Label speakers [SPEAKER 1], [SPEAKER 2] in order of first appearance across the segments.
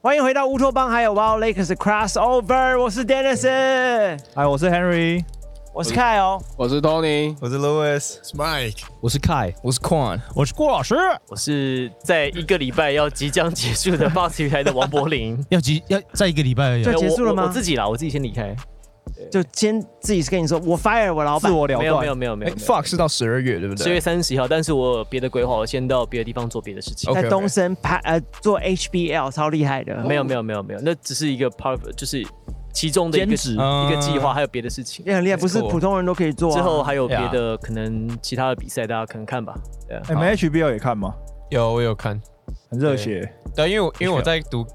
[SPEAKER 1] 欢迎回到乌托邦，还有 Wow Lakers Crossover，我是 Dennis，
[SPEAKER 2] 嗨，我是 Henry，
[SPEAKER 1] 我是 Kai 哦，
[SPEAKER 3] 我是 Tony，
[SPEAKER 2] 我是 Louis，
[SPEAKER 4] Mike，
[SPEAKER 5] 我是 Kai，
[SPEAKER 3] 我是 Quan，
[SPEAKER 2] 我是郭老师。
[SPEAKER 6] 我是在一个礼拜要即将结束的 Box 平台的王柏林。
[SPEAKER 5] 要急要在一个礼拜而已啊
[SPEAKER 1] 对。
[SPEAKER 6] 没有
[SPEAKER 1] 结束了
[SPEAKER 6] 我
[SPEAKER 1] 吗
[SPEAKER 6] 哎我我自己啦，我自己先离开。
[SPEAKER 1] 就先自己跟你说，我 fire 我老
[SPEAKER 2] 自
[SPEAKER 1] 板，
[SPEAKER 2] 我了
[SPEAKER 6] 没有没有
[SPEAKER 2] 断，
[SPEAKER 6] 没有没
[SPEAKER 3] 哎
[SPEAKER 6] 有。
[SPEAKER 3] ，Fox 是到十二月对不对？
[SPEAKER 6] 十月三十一号，但是我有别的规划，我先到别的地方做别的事情。
[SPEAKER 3] OK
[SPEAKER 1] 在东森拍呃做 HBL 超厉害的，
[SPEAKER 6] 没有没有没有没有，那只是一个 part，of- 就是其中的一个
[SPEAKER 2] 兼职
[SPEAKER 6] 一个计划，还有别的事情。
[SPEAKER 1] 也很厉害，不是
[SPEAKER 3] cool
[SPEAKER 1] 普通人都可以做啊、
[SPEAKER 6] 之后还有别的可能其他的比赛，大家可能看吧。对啊，
[SPEAKER 2] 你们 HBL 也看吗？
[SPEAKER 7] 有我有看，
[SPEAKER 2] 很热血，
[SPEAKER 7] 对，因为我因为我在读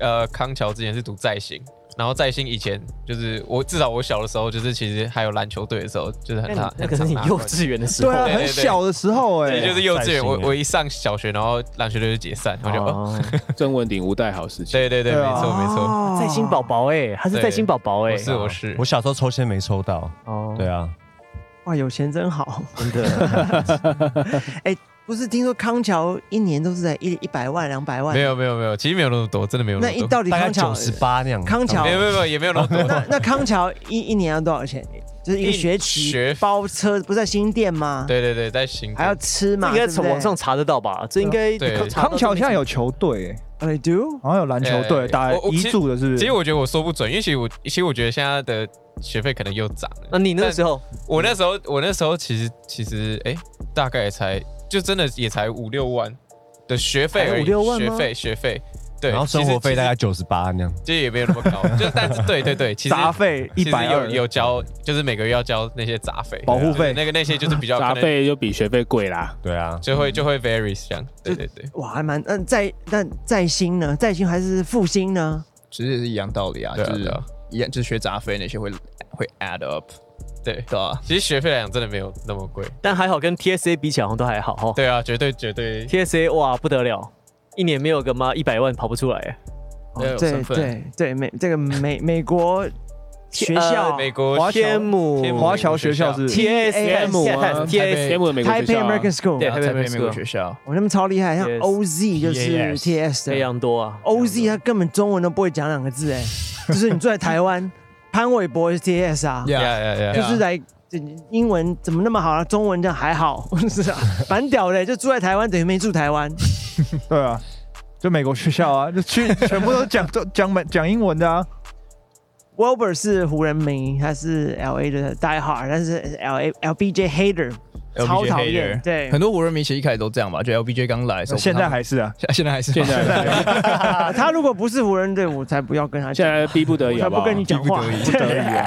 [SPEAKER 7] 呃康桥之前是读在兴，然后在兴以前就是我至少我小的时候就是其实还有篮球队的时候就是
[SPEAKER 6] 那
[SPEAKER 7] 很
[SPEAKER 6] 哎你
[SPEAKER 7] 大，
[SPEAKER 6] 那可能是
[SPEAKER 7] 很常
[SPEAKER 6] 你
[SPEAKER 7] 拿
[SPEAKER 6] 幼
[SPEAKER 7] 冠军
[SPEAKER 6] 稚园的时
[SPEAKER 2] 对
[SPEAKER 6] 候。
[SPEAKER 2] 啊，
[SPEAKER 7] 对对
[SPEAKER 2] 很小的时候哎，
[SPEAKER 4] 啊
[SPEAKER 7] 对，就是幼稚园，我
[SPEAKER 2] 在兴哎
[SPEAKER 7] 我一上小学，然后篮球队就解散，我就、哦、
[SPEAKER 6] 哦，
[SPEAKER 3] 郑文鼎、吴代好时期，
[SPEAKER 7] 对对对，
[SPEAKER 2] 对
[SPEAKER 7] 没
[SPEAKER 2] 啊
[SPEAKER 7] 错没错，
[SPEAKER 1] 哦
[SPEAKER 6] 在新宝宝哎，他是在新宝宝哎
[SPEAKER 7] 我，是我是
[SPEAKER 5] 我小时候抽签没抽到，
[SPEAKER 6] 哦
[SPEAKER 5] 对啊，
[SPEAKER 1] 哇，有钱真好，真的。 哎、不是听说康桥一年都是在一一百万、两百万？
[SPEAKER 7] 没，有没有没有，其实没有那么多，真的没有
[SPEAKER 1] 那
[SPEAKER 7] 么
[SPEAKER 1] 一
[SPEAKER 7] 多，
[SPEAKER 1] 到底
[SPEAKER 5] 大概
[SPEAKER 1] 康桥
[SPEAKER 5] 九十八那样。
[SPEAKER 1] 康桥
[SPEAKER 7] 没有没有没有也没有那么 多，
[SPEAKER 1] 那那康桥一一年要多少钱？就是一个
[SPEAKER 7] 一
[SPEAKER 1] 学期
[SPEAKER 7] 学
[SPEAKER 1] 包车，不是在新店吗？，
[SPEAKER 7] 对对对，在行
[SPEAKER 1] 还要吃嘛，
[SPEAKER 6] 应该
[SPEAKER 1] 对不
[SPEAKER 6] 从
[SPEAKER 1] 对
[SPEAKER 6] 网上查得到吧？这应该
[SPEAKER 7] 对
[SPEAKER 6] 查得到
[SPEAKER 2] 康桥现在有球队，
[SPEAKER 1] I do。
[SPEAKER 2] 哎好像有篮球队
[SPEAKER 7] 哎
[SPEAKER 2] 打
[SPEAKER 7] 我我
[SPEAKER 2] 乙组的，是不
[SPEAKER 7] 其实
[SPEAKER 2] 是？
[SPEAKER 7] 我觉得我说不准，因为其实我其实我觉得现在的学费可能又涨了。
[SPEAKER 6] 那你那个时候
[SPEAKER 7] 我那时候我那时候其实其实哎、大概也才就真的也才五六万的学费而已，
[SPEAKER 6] 还有5-6万
[SPEAKER 7] 学
[SPEAKER 6] 吗
[SPEAKER 7] 费学费，对，
[SPEAKER 5] 然后生活费大概
[SPEAKER 7] 概
[SPEAKER 5] 九十八那样。
[SPEAKER 7] 就也没有那么高，就但是对对对，其实
[SPEAKER 2] 杂费一
[SPEAKER 7] 其实
[SPEAKER 2] 百
[SPEAKER 7] 有
[SPEAKER 2] 二，
[SPEAKER 7] 有交，就是每个月要交那些杂费、
[SPEAKER 2] 保护
[SPEAKER 7] 对
[SPEAKER 2] 费
[SPEAKER 7] 那个那些就是比 较
[SPEAKER 3] 杂
[SPEAKER 7] 可能
[SPEAKER 3] 费就比学费贵啦。
[SPEAKER 5] 对啊，
[SPEAKER 7] 就会就会 varies 这样，对对对。
[SPEAKER 1] 哇，还蛮嗯，在但在新呢，在新还是复兴呢？
[SPEAKER 4] 其实也是一样道理啊，
[SPEAKER 7] 对啊
[SPEAKER 4] 就是
[SPEAKER 7] 对啊
[SPEAKER 4] 一样，就是学杂费那些会会 add up，
[SPEAKER 7] 对，
[SPEAKER 4] 对啊，
[SPEAKER 7] 其实学费来讲真的没有那么贵，
[SPEAKER 6] 但还好，跟 TSA 比起来好像都还好哈。
[SPEAKER 7] 对啊，绝对绝对，
[SPEAKER 6] TSA 哇不得了，一年没有个妈一百万跑不出来。
[SPEAKER 1] 哦
[SPEAKER 7] 要有
[SPEAKER 1] 对
[SPEAKER 7] 身份
[SPEAKER 1] 对对，美这个美美国学校
[SPEAKER 7] 美国
[SPEAKER 2] 华侨
[SPEAKER 6] 天母
[SPEAKER 7] 天母
[SPEAKER 2] 华侨学校是
[SPEAKER 1] 哎
[SPEAKER 6] TSM 啊
[SPEAKER 3] 天
[SPEAKER 6] TSM
[SPEAKER 3] 母的美国
[SPEAKER 1] 台
[SPEAKER 3] 学
[SPEAKER 1] 北
[SPEAKER 3] 校啊
[SPEAKER 1] American
[SPEAKER 6] 对
[SPEAKER 1] School，
[SPEAKER 6] 台
[SPEAKER 4] 台
[SPEAKER 6] 北
[SPEAKER 4] 北
[SPEAKER 6] 美
[SPEAKER 4] 美
[SPEAKER 6] 国
[SPEAKER 4] 国学校，
[SPEAKER 1] 我那么超厉害，像
[SPEAKER 6] Yes
[SPEAKER 1] OZ 就是 TS
[SPEAKER 6] 非
[SPEAKER 1] 的
[SPEAKER 6] 常多啊。
[SPEAKER 1] ，OZ 他根本中文都不会讲两个字，哎，就是你住在台湾，潘玮柏是 TS 啊，
[SPEAKER 7] 呀
[SPEAKER 4] Yeah，
[SPEAKER 7] 呀呀，
[SPEAKER 1] 就是来这英文怎么那么好啊？中文这样还好， 是啊，蛮屌的，就住在台湾等于没住台湾。
[SPEAKER 2] 对啊，就美国学校啊，就 去全部都讲都讲美讲英文的啊。
[SPEAKER 1] Wilbur 是湖人迷，他是 L A 的 Die Hard，但是 L A L B J Hater 超讨厌，对
[SPEAKER 4] 很，多无人迷其实一开始都这样吧，就 LBJ 刚来的时候，
[SPEAKER 2] 现在还是啊，
[SPEAKER 4] 现 现在还是
[SPEAKER 3] 现在
[SPEAKER 1] 啊他如果不是湖人队，我才不要跟他
[SPEAKER 3] 现
[SPEAKER 1] 讲。
[SPEAKER 3] 在逼不得
[SPEAKER 1] 我
[SPEAKER 3] 已
[SPEAKER 1] 才
[SPEAKER 3] 好
[SPEAKER 1] 啊不啊
[SPEAKER 3] 好，
[SPEAKER 1] 跟你讲话。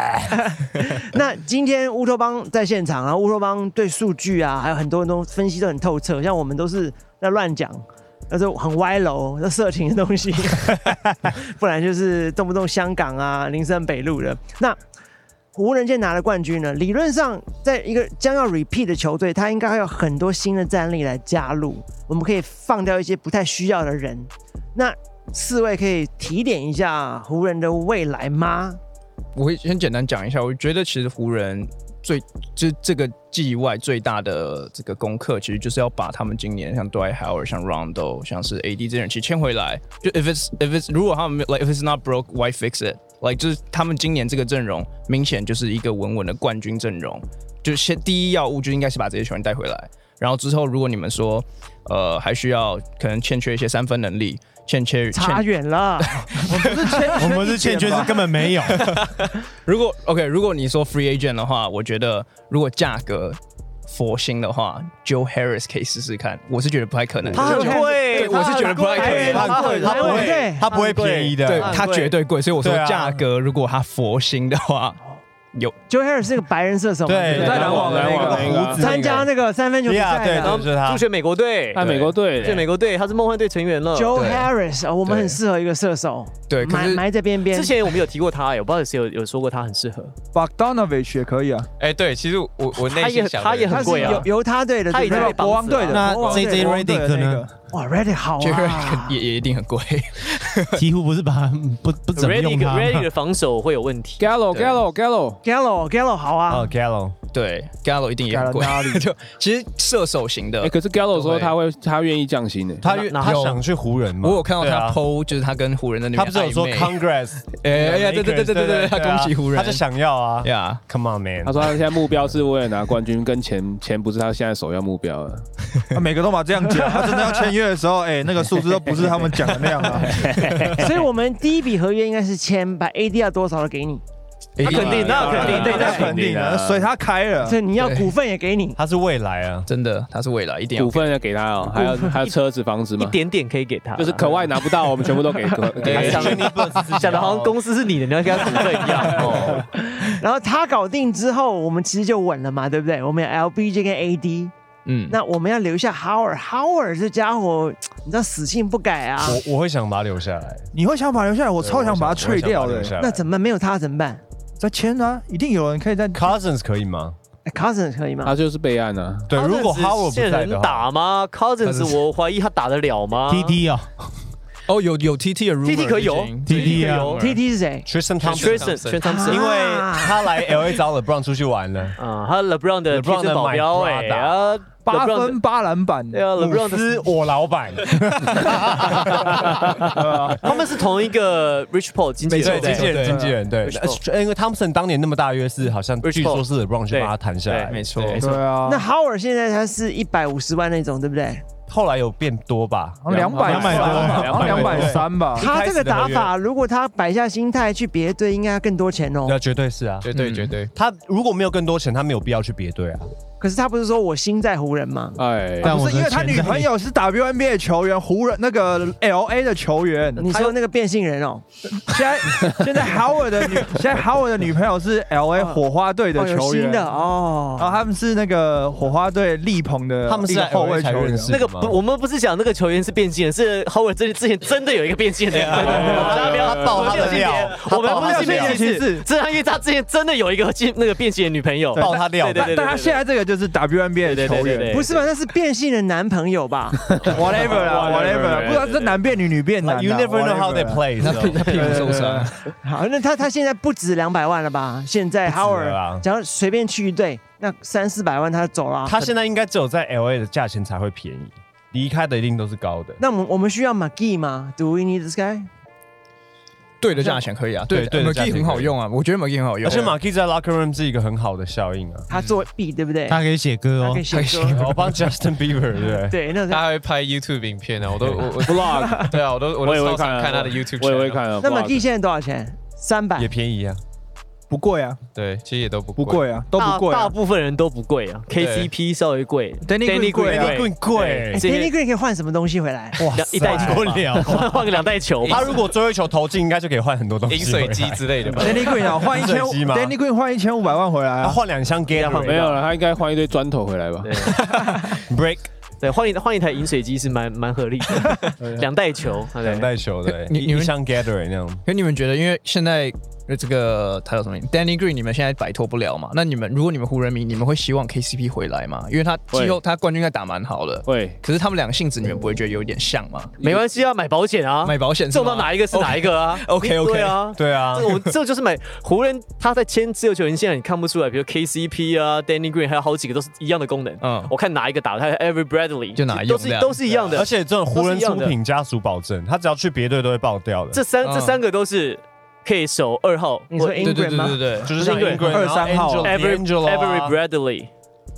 [SPEAKER 1] 那今天乌托邦在现场啊，乌托邦对数据啊，还有很多人都分析都很透彻，像我们都是在乱讲，那是很歪楼、那色情的东 西，不然就是动不动香港啊、林森北路的。那湖人现在拿了冠军呢，理论上在一个将要 repeat 的球队，他应该还有很多新的战力来加入，我们可以放掉一些不太需要的人。那四位可以提点一下湖人的未来吗？
[SPEAKER 4] 我会先简单讲一下，我觉得其实湖人最就这个季外最大的这个功课，其实就是要把他们今年像 Dwight Howard、像 Rondo、像是 AD 这些人其实签回来。就 if it's if it's 如果他们没有 like if it's not broke why fix it like 就是他们今年这个阵容明显就是一个稳稳的冠军阵容。就是先第一要务就应该是把这些球员带回来，然后之后如果你们说呃还需要可能欠缺一些三分能力，欠缺欠
[SPEAKER 1] 差远了。
[SPEAKER 5] 我们 是欠缺是根本 没有。
[SPEAKER 4] 如果 OK，如果你说 free agent 的话，我觉得如果价格佛心的话，Joe Harris 可以试试看。我是觉得不太可能，
[SPEAKER 6] 他很
[SPEAKER 1] 啊
[SPEAKER 6] 贵，
[SPEAKER 4] 对我是觉得不太可能。
[SPEAKER 1] 他
[SPEAKER 5] 他
[SPEAKER 1] 很贵
[SPEAKER 5] 他不
[SPEAKER 1] 对
[SPEAKER 5] 会，他不会便宜
[SPEAKER 4] 对
[SPEAKER 5] 的。
[SPEAKER 4] 他绝对贵，所以我说
[SPEAKER 5] 对啊
[SPEAKER 4] 价格，如果他佛心的话，
[SPEAKER 1] Joe Harris 是个白人射手嘛，
[SPEAKER 5] 对
[SPEAKER 1] 不
[SPEAKER 5] 对
[SPEAKER 3] 篮网的那个
[SPEAKER 5] 篮网的那个
[SPEAKER 1] 参加那个三分球比赛
[SPEAKER 5] Yeah，对
[SPEAKER 1] 的
[SPEAKER 6] 然后
[SPEAKER 5] 对就是他
[SPEAKER 6] 入选美国队，
[SPEAKER 3] 那哎美国队
[SPEAKER 6] 入选美
[SPEAKER 3] 嘞，
[SPEAKER 6] 国队，他是梦幻队成员了。
[SPEAKER 1] Joe Harris，哦我们很适合一个射手，
[SPEAKER 4] 对，可
[SPEAKER 1] 埋
[SPEAKER 4] 是
[SPEAKER 1] 埋在边边
[SPEAKER 6] 之。前我们有提过他，哎，我不知道谁有有说过他很适合，
[SPEAKER 2] Bogdanovich 也可以啊，
[SPEAKER 7] 哎，对，其实我我内
[SPEAKER 6] 他也
[SPEAKER 7] 心想的
[SPEAKER 6] 他也很
[SPEAKER 1] 他是
[SPEAKER 6] 贵啊
[SPEAKER 1] 犹犹他队的，
[SPEAKER 6] 他已经
[SPEAKER 1] 对不
[SPEAKER 6] 被
[SPEAKER 1] 对
[SPEAKER 6] 绑
[SPEAKER 2] 国王
[SPEAKER 6] 死了
[SPEAKER 2] 队的
[SPEAKER 5] 那
[SPEAKER 1] 国王队
[SPEAKER 5] JJ
[SPEAKER 2] 国王队的
[SPEAKER 5] Redick
[SPEAKER 2] 那
[SPEAKER 5] 呢
[SPEAKER 2] 个？
[SPEAKER 1] 哇 r e d d i t 好
[SPEAKER 4] 杰瑞
[SPEAKER 1] 啊，
[SPEAKER 4] 也也一定很贵。
[SPEAKER 5] 几乎不是把它不不怎么
[SPEAKER 6] Ready
[SPEAKER 5] 用它。
[SPEAKER 6] Ready 的防守会有问题。
[SPEAKER 3] Gallo
[SPEAKER 4] 对
[SPEAKER 3] Gallo Gallo，
[SPEAKER 1] Gallo Gallo 好啊
[SPEAKER 5] 哦，Gallo，
[SPEAKER 4] 对，Gallo 一定也很贵。 就其实射手型的
[SPEAKER 3] 哎，，可是 Gallo 说
[SPEAKER 4] 对
[SPEAKER 3] 他会他愿意降薪的，
[SPEAKER 5] 他
[SPEAKER 1] 那
[SPEAKER 5] 他
[SPEAKER 1] 有
[SPEAKER 5] 想去湖人嘛？
[SPEAKER 4] 我有看到
[SPEAKER 5] 对
[SPEAKER 4] 他
[SPEAKER 5] 啊
[SPEAKER 4] PO，就是他跟湖人的那
[SPEAKER 5] 他
[SPEAKER 4] 边
[SPEAKER 5] 不是有说
[SPEAKER 4] 暧昧
[SPEAKER 5] Congress？
[SPEAKER 4] 哎呀，对对对
[SPEAKER 5] Lakers，
[SPEAKER 4] 对对对，他
[SPEAKER 5] 啊
[SPEAKER 4] 恭喜湖人，
[SPEAKER 5] 他就想要啊。
[SPEAKER 4] 呀，
[SPEAKER 5] Come on man，
[SPEAKER 3] 他说他现在目标是为了拿冠军，跟钱钱不是他现在首要目标了。
[SPEAKER 2] 啊每个都把这样讲，他真的要签约的时候，哎，那个数字都不是他们讲的那 样啊。
[SPEAKER 1] 所以我们第一笔合约应该是签，把 AD 要多少都给你，
[SPEAKER 4] 他
[SPEAKER 6] 肯定那肯定
[SPEAKER 2] 对，
[SPEAKER 6] 对
[SPEAKER 2] 那
[SPEAKER 6] 那
[SPEAKER 2] 肯定的，所以他开了
[SPEAKER 1] 所。以你要
[SPEAKER 4] 对
[SPEAKER 1] 股份也给 你，
[SPEAKER 5] 他是未来啊。
[SPEAKER 4] 真的他是未来一定要
[SPEAKER 3] 股份要给他哦，还有还有车子、房子
[SPEAKER 6] 一
[SPEAKER 3] 吗？
[SPEAKER 6] 点点可以给他，
[SPEAKER 3] 就是可外拿不到，我们全部都给
[SPEAKER 6] 对
[SPEAKER 3] 给
[SPEAKER 6] 想 想的好像公司是你的，你要跟他股份一 样哦。
[SPEAKER 1] 然后他搞定之后，我们其实就稳了嘛，对不对？我们有 LBJ 跟 AD，
[SPEAKER 4] 嗯，
[SPEAKER 1] 那我们要留下 Howard，Howard 这家伙，你知道死性不改啊，
[SPEAKER 5] 我我会想把他留下来，
[SPEAKER 2] 你会想把他留下来，我
[SPEAKER 5] 我
[SPEAKER 2] 超想把他
[SPEAKER 5] 退
[SPEAKER 2] 退掉的。
[SPEAKER 1] 那怎么办没有他怎么办
[SPEAKER 2] 再签啊，一定有人可以再
[SPEAKER 5] Cousins 可以吗？
[SPEAKER 1] 哎？Cousins 可以吗
[SPEAKER 3] 他？就是备案啊。
[SPEAKER 5] 对，如果 Howard 不
[SPEAKER 6] 现
[SPEAKER 5] 在
[SPEAKER 6] 人
[SPEAKER 5] 的话
[SPEAKER 6] 打吗？Cousins，我怀疑他打得了吗
[SPEAKER 5] t d 啊
[SPEAKER 4] 哦有有 TT 的
[SPEAKER 6] TT 可以有
[SPEAKER 5] TT 啊
[SPEAKER 6] 有
[SPEAKER 1] TT 是谁？
[SPEAKER 5] ，Tristan Thompson，
[SPEAKER 6] Tristan Tristan Thompson，
[SPEAKER 2] 啊
[SPEAKER 5] 因为他来 LA 找 LeBron 出去玩了，
[SPEAKER 6] 啊，他 LeBron 的
[SPEAKER 5] LeBron
[SPEAKER 6] 贴身
[SPEAKER 5] 的
[SPEAKER 6] 保镖
[SPEAKER 5] My
[SPEAKER 6] 哎
[SPEAKER 5] Prada
[SPEAKER 6] 啊，
[SPEAKER 2] 八
[SPEAKER 6] LeBron 的
[SPEAKER 2] 分八篮板，
[SPEAKER 6] 对啊
[SPEAKER 5] 伍
[SPEAKER 6] ，LeBron 的
[SPEAKER 5] 兹我老板，
[SPEAKER 6] 啊他们是同一个 Rich Paul 经纪人，对
[SPEAKER 5] 对，经纪人，经纪人，对
[SPEAKER 6] Rich，Paul
[SPEAKER 5] 呃因为 Thompson 当年那么大约是好像
[SPEAKER 6] Rich
[SPEAKER 5] 据说
[SPEAKER 6] Paul
[SPEAKER 5] 是 LeBron 去
[SPEAKER 6] 对
[SPEAKER 5] 帮他谈下
[SPEAKER 6] 对
[SPEAKER 5] 来
[SPEAKER 4] 没，错，
[SPEAKER 6] 对
[SPEAKER 2] 对啊，
[SPEAKER 1] 那 Howard 现在他是一百五十万那种，对不对？
[SPEAKER 5] 后来有变多吧？
[SPEAKER 2] 两百
[SPEAKER 5] 200多
[SPEAKER 2] 两百三吧。
[SPEAKER 1] 他这个打法，如果他摆下心态去别队，应该要更多钱哦。
[SPEAKER 5] 那绝对是啊，
[SPEAKER 7] 绝对
[SPEAKER 4] 嗯
[SPEAKER 7] 绝对，
[SPEAKER 5] 他如果没有更多钱，他没有必要去别队啊。
[SPEAKER 1] 可是他不是说我心在湖人吗？
[SPEAKER 3] 哎，
[SPEAKER 5] 但
[SPEAKER 2] 不
[SPEAKER 5] 我
[SPEAKER 2] 是因为他女朋友是 WNBA 的球员，湖人那个 LA 的球员。
[SPEAKER 1] 你
[SPEAKER 2] 他
[SPEAKER 1] 说那个变性人哦，
[SPEAKER 2] 现在现在 Howard 的女现在 Howard 的女朋友是 LA 火花队的
[SPEAKER 1] 哦，有
[SPEAKER 2] 球
[SPEAKER 1] 新
[SPEAKER 2] 员，啊
[SPEAKER 1] 的
[SPEAKER 2] 然
[SPEAKER 1] 哦。
[SPEAKER 2] 后他们是那个火花队力捧的，
[SPEAKER 5] 他们是在
[SPEAKER 2] 后卫
[SPEAKER 5] LA 才
[SPEAKER 2] 球员
[SPEAKER 5] 认。识
[SPEAKER 6] 那个
[SPEAKER 5] 吗
[SPEAKER 6] 不，我们不是讲那个球员是变性人，是 Howard 之之前真的有一个变性人，大家不要
[SPEAKER 5] 他爆他的料
[SPEAKER 6] 我们不
[SPEAKER 5] 他爆他的
[SPEAKER 6] 是性
[SPEAKER 5] 料
[SPEAKER 6] 别歧
[SPEAKER 2] 他爆他的
[SPEAKER 6] 视，这样因为他之前真的有一个性那个变性的女朋友，
[SPEAKER 5] 爆他料
[SPEAKER 6] 对对对
[SPEAKER 2] 但他现在这个就是
[SPEAKER 6] 对对
[SPEAKER 2] WNBA 的
[SPEAKER 6] 对
[SPEAKER 2] 球
[SPEAKER 6] 对
[SPEAKER 2] 员
[SPEAKER 6] 对，
[SPEAKER 1] 不是吧？那是变性人男朋友吧？
[SPEAKER 2] ，whatever 啦
[SPEAKER 3] whatever，
[SPEAKER 2] ，whatever，不知道是男变女，女变男啊。
[SPEAKER 5] Like, You never know how they
[SPEAKER 2] whatever
[SPEAKER 5] play，
[SPEAKER 4] 他屁
[SPEAKER 5] 是吧
[SPEAKER 4] 他屁股受伤，
[SPEAKER 1] 好，那他他现在不止两百万了吧？现在
[SPEAKER 5] 不止了啦
[SPEAKER 1] Howard 只要随便去一队，那三四百万他就走了啊。
[SPEAKER 5] 他现在应该只有在 LA 的价钱才会便宜，离开的一定都是高的。
[SPEAKER 1] 那我们我们需要 McGee 吗？Do we need this guy？
[SPEAKER 4] 对的价钱可以啊，
[SPEAKER 5] 对对的
[SPEAKER 4] m
[SPEAKER 5] 价
[SPEAKER 4] c
[SPEAKER 5] 钱
[SPEAKER 4] g
[SPEAKER 5] 可以
[SPEAKER 4] 很好用啊，我觉得 m c g 很好用，
[SPEAKER 5] 而 且马 k 在 locker room 是一个很好的效应啊。
[SPEAKER 1] 他作为 B 对不对？
[SPEAKER 5] 他可以写歌哦
[SPEAKER 1] 他可以写歌，
[SPEAKER 5] 我帮 Justin Bieber 对不对？
[SPEAKER 1] 对，那
[SPEAKER 7] 他还会拍 YouTube 影片啊呢，我都我我
[SPEAKER 3] Vlog，
[SPEAKER 7] 对啊，我都我
[SPEAKER 3] 我也
[SPEAKER 7] 都
[SPEAKER 3] 会
[SPEAKER 7] 超
[SPEAKER 3] 看
[SPEAKER 7] 常
[SPEAKER 3] 啊
[SPEAKER 7] 看他的 YouTube，
[SPEAKER 3] 我也会
[SPEAKER 7] channel，
[SPEAKER 3] 看啊。
[SPEAKER 1] 那
[SPEAKER 3] vlog
[SPEAKER 1] McGee 现在多少钱？三百
[SPEAKER 5] 也。便宜啊。
[SPEAKER 2] 不贵啊，
[SPEAKER 7] 对，其实也都不
[SPEAKER 2] 不贵啊，都
[SPEAKER 6] 大
[SPEAKER 2] 不贵啊。
[SPEAKER 6] 大部分人都不贵啊，KCP 稍微贵
[SPEAKER 2] Danny Green 贵啊
[SPEAKER 6] Green
[SPEAKER 5] 更贵
[SPEAKER 1] 哎，
[SPEAKER 6] 这些
[SPEAKER 1] Danny Green 可以换什么东西回来？
[SPEAKER 5] 哇
[SPEAKER 6] 两一袋球吧
[SPEAKER 5] 了。
[SPEAKER 6] 换个两袋球吧
[SPEAKER 5] 他。如果追球投进，应该就可以换很多东西
[SPEAKER 7] 饮
[SPEAKER 5] 回
[SPEAKER 7] 水
[SPEAKER 5] 来。
[SPEAKER 7] 机之类的吧。
[SPEAKER 2] Danny Green 啊，换一千
[SPEAKER 5] 水机吗
[SPEAKER 2] ，Danny Green 换一千五百万回
[SPEAKER 5] 他
[SPEAKER 2] 来啊。
[SPEAKER 5] 换两箱 g a t o r
[SPEAKER 3] 没有了，他应该换一堆砖头回来吧？
[SPEAKER 5] break
[SPEAKER 6] 对，换一换一台饮水机是蛮蛮合理的，两袋球，对
[SPEAKER 5] 两袋球的，
[SPEAKER 4] 你
[SPEAKER 5] 一
[SPEAKER 4] 你
[SPEAKER 5] 一
[SPEAKER 4] 们
[SPEAKER 5] 箱 g a t o r 那样。
[SPEAKER 4] 可你们觉得，因为现在呃这个他有什么名？Danny Green，你们现在摆脱不了嘛？那你们如果你们湖人迷，你们会希望 KCP 回来吗？因为他
[SPEAKER 3] 会
[SPEAKER 4] 季后他冠军赛打蛮好的，
[SPEAKER 3] 喂，
[SPEAKER 4] 可是他们两个性质，你们不会觉得有点像吗？
[SPEAKER 6] 没关系啊，买保险啊，
[SPEAKER 4] 买保险
[SPEAKER 6] 中到哪一个是哪一个啊
[SPEAKER 4] OK，OK
[SPEAKER 6] 对啊，
[SPEAKER 5] 对啊
[SPEAKER 6] 这，个我这个就是买湖人，他在签自由球员，现在你看不出来，比如 KCP 啊、Danny Green，还有好几个都是一样的功能。
[SPEAKER 4] 嗯
[SPEAKER 6] 我看哪一个打，他 Every Bradley
[SPEAKER 4] 就哪一
[SPEAKER 6] 都
[SPEAKER 4] 样
[SPEAKER 6] 是都是一样的
[SPEAKER 5] 而。且这种湖
[SPEAKER 6] 都是一
[SPEAKER 5] 人
[SPEAKER 6] 样
[SPEAKER 5] 出
[SPEAKER 6] 的
[SPEAKER 5] 品家属保证，他只要去别队都会爆掉的。
[SPEAKER 6] 这三
[SPEAKER 4] 嗯
[SPEAKER 6] 这三个都是可以守二号，
[SPEAKER 1] 你说
[SPEAKER 6] 或
[SPEAKER 1] In-
[SPEAKER 4] 对对对
[SPEAKER 1] Ingram 吗
[SPEAKER 4] 对对，
[SPEAKER 5] 就是像
[SPEAKER 6] 对
[SPEAKER 5] Ingram
[SPEAKER 2] 二三号
[SPEAKER 6] Every Every
[SPEAKER 5] Angel
[SPEAKER 6] Bradley。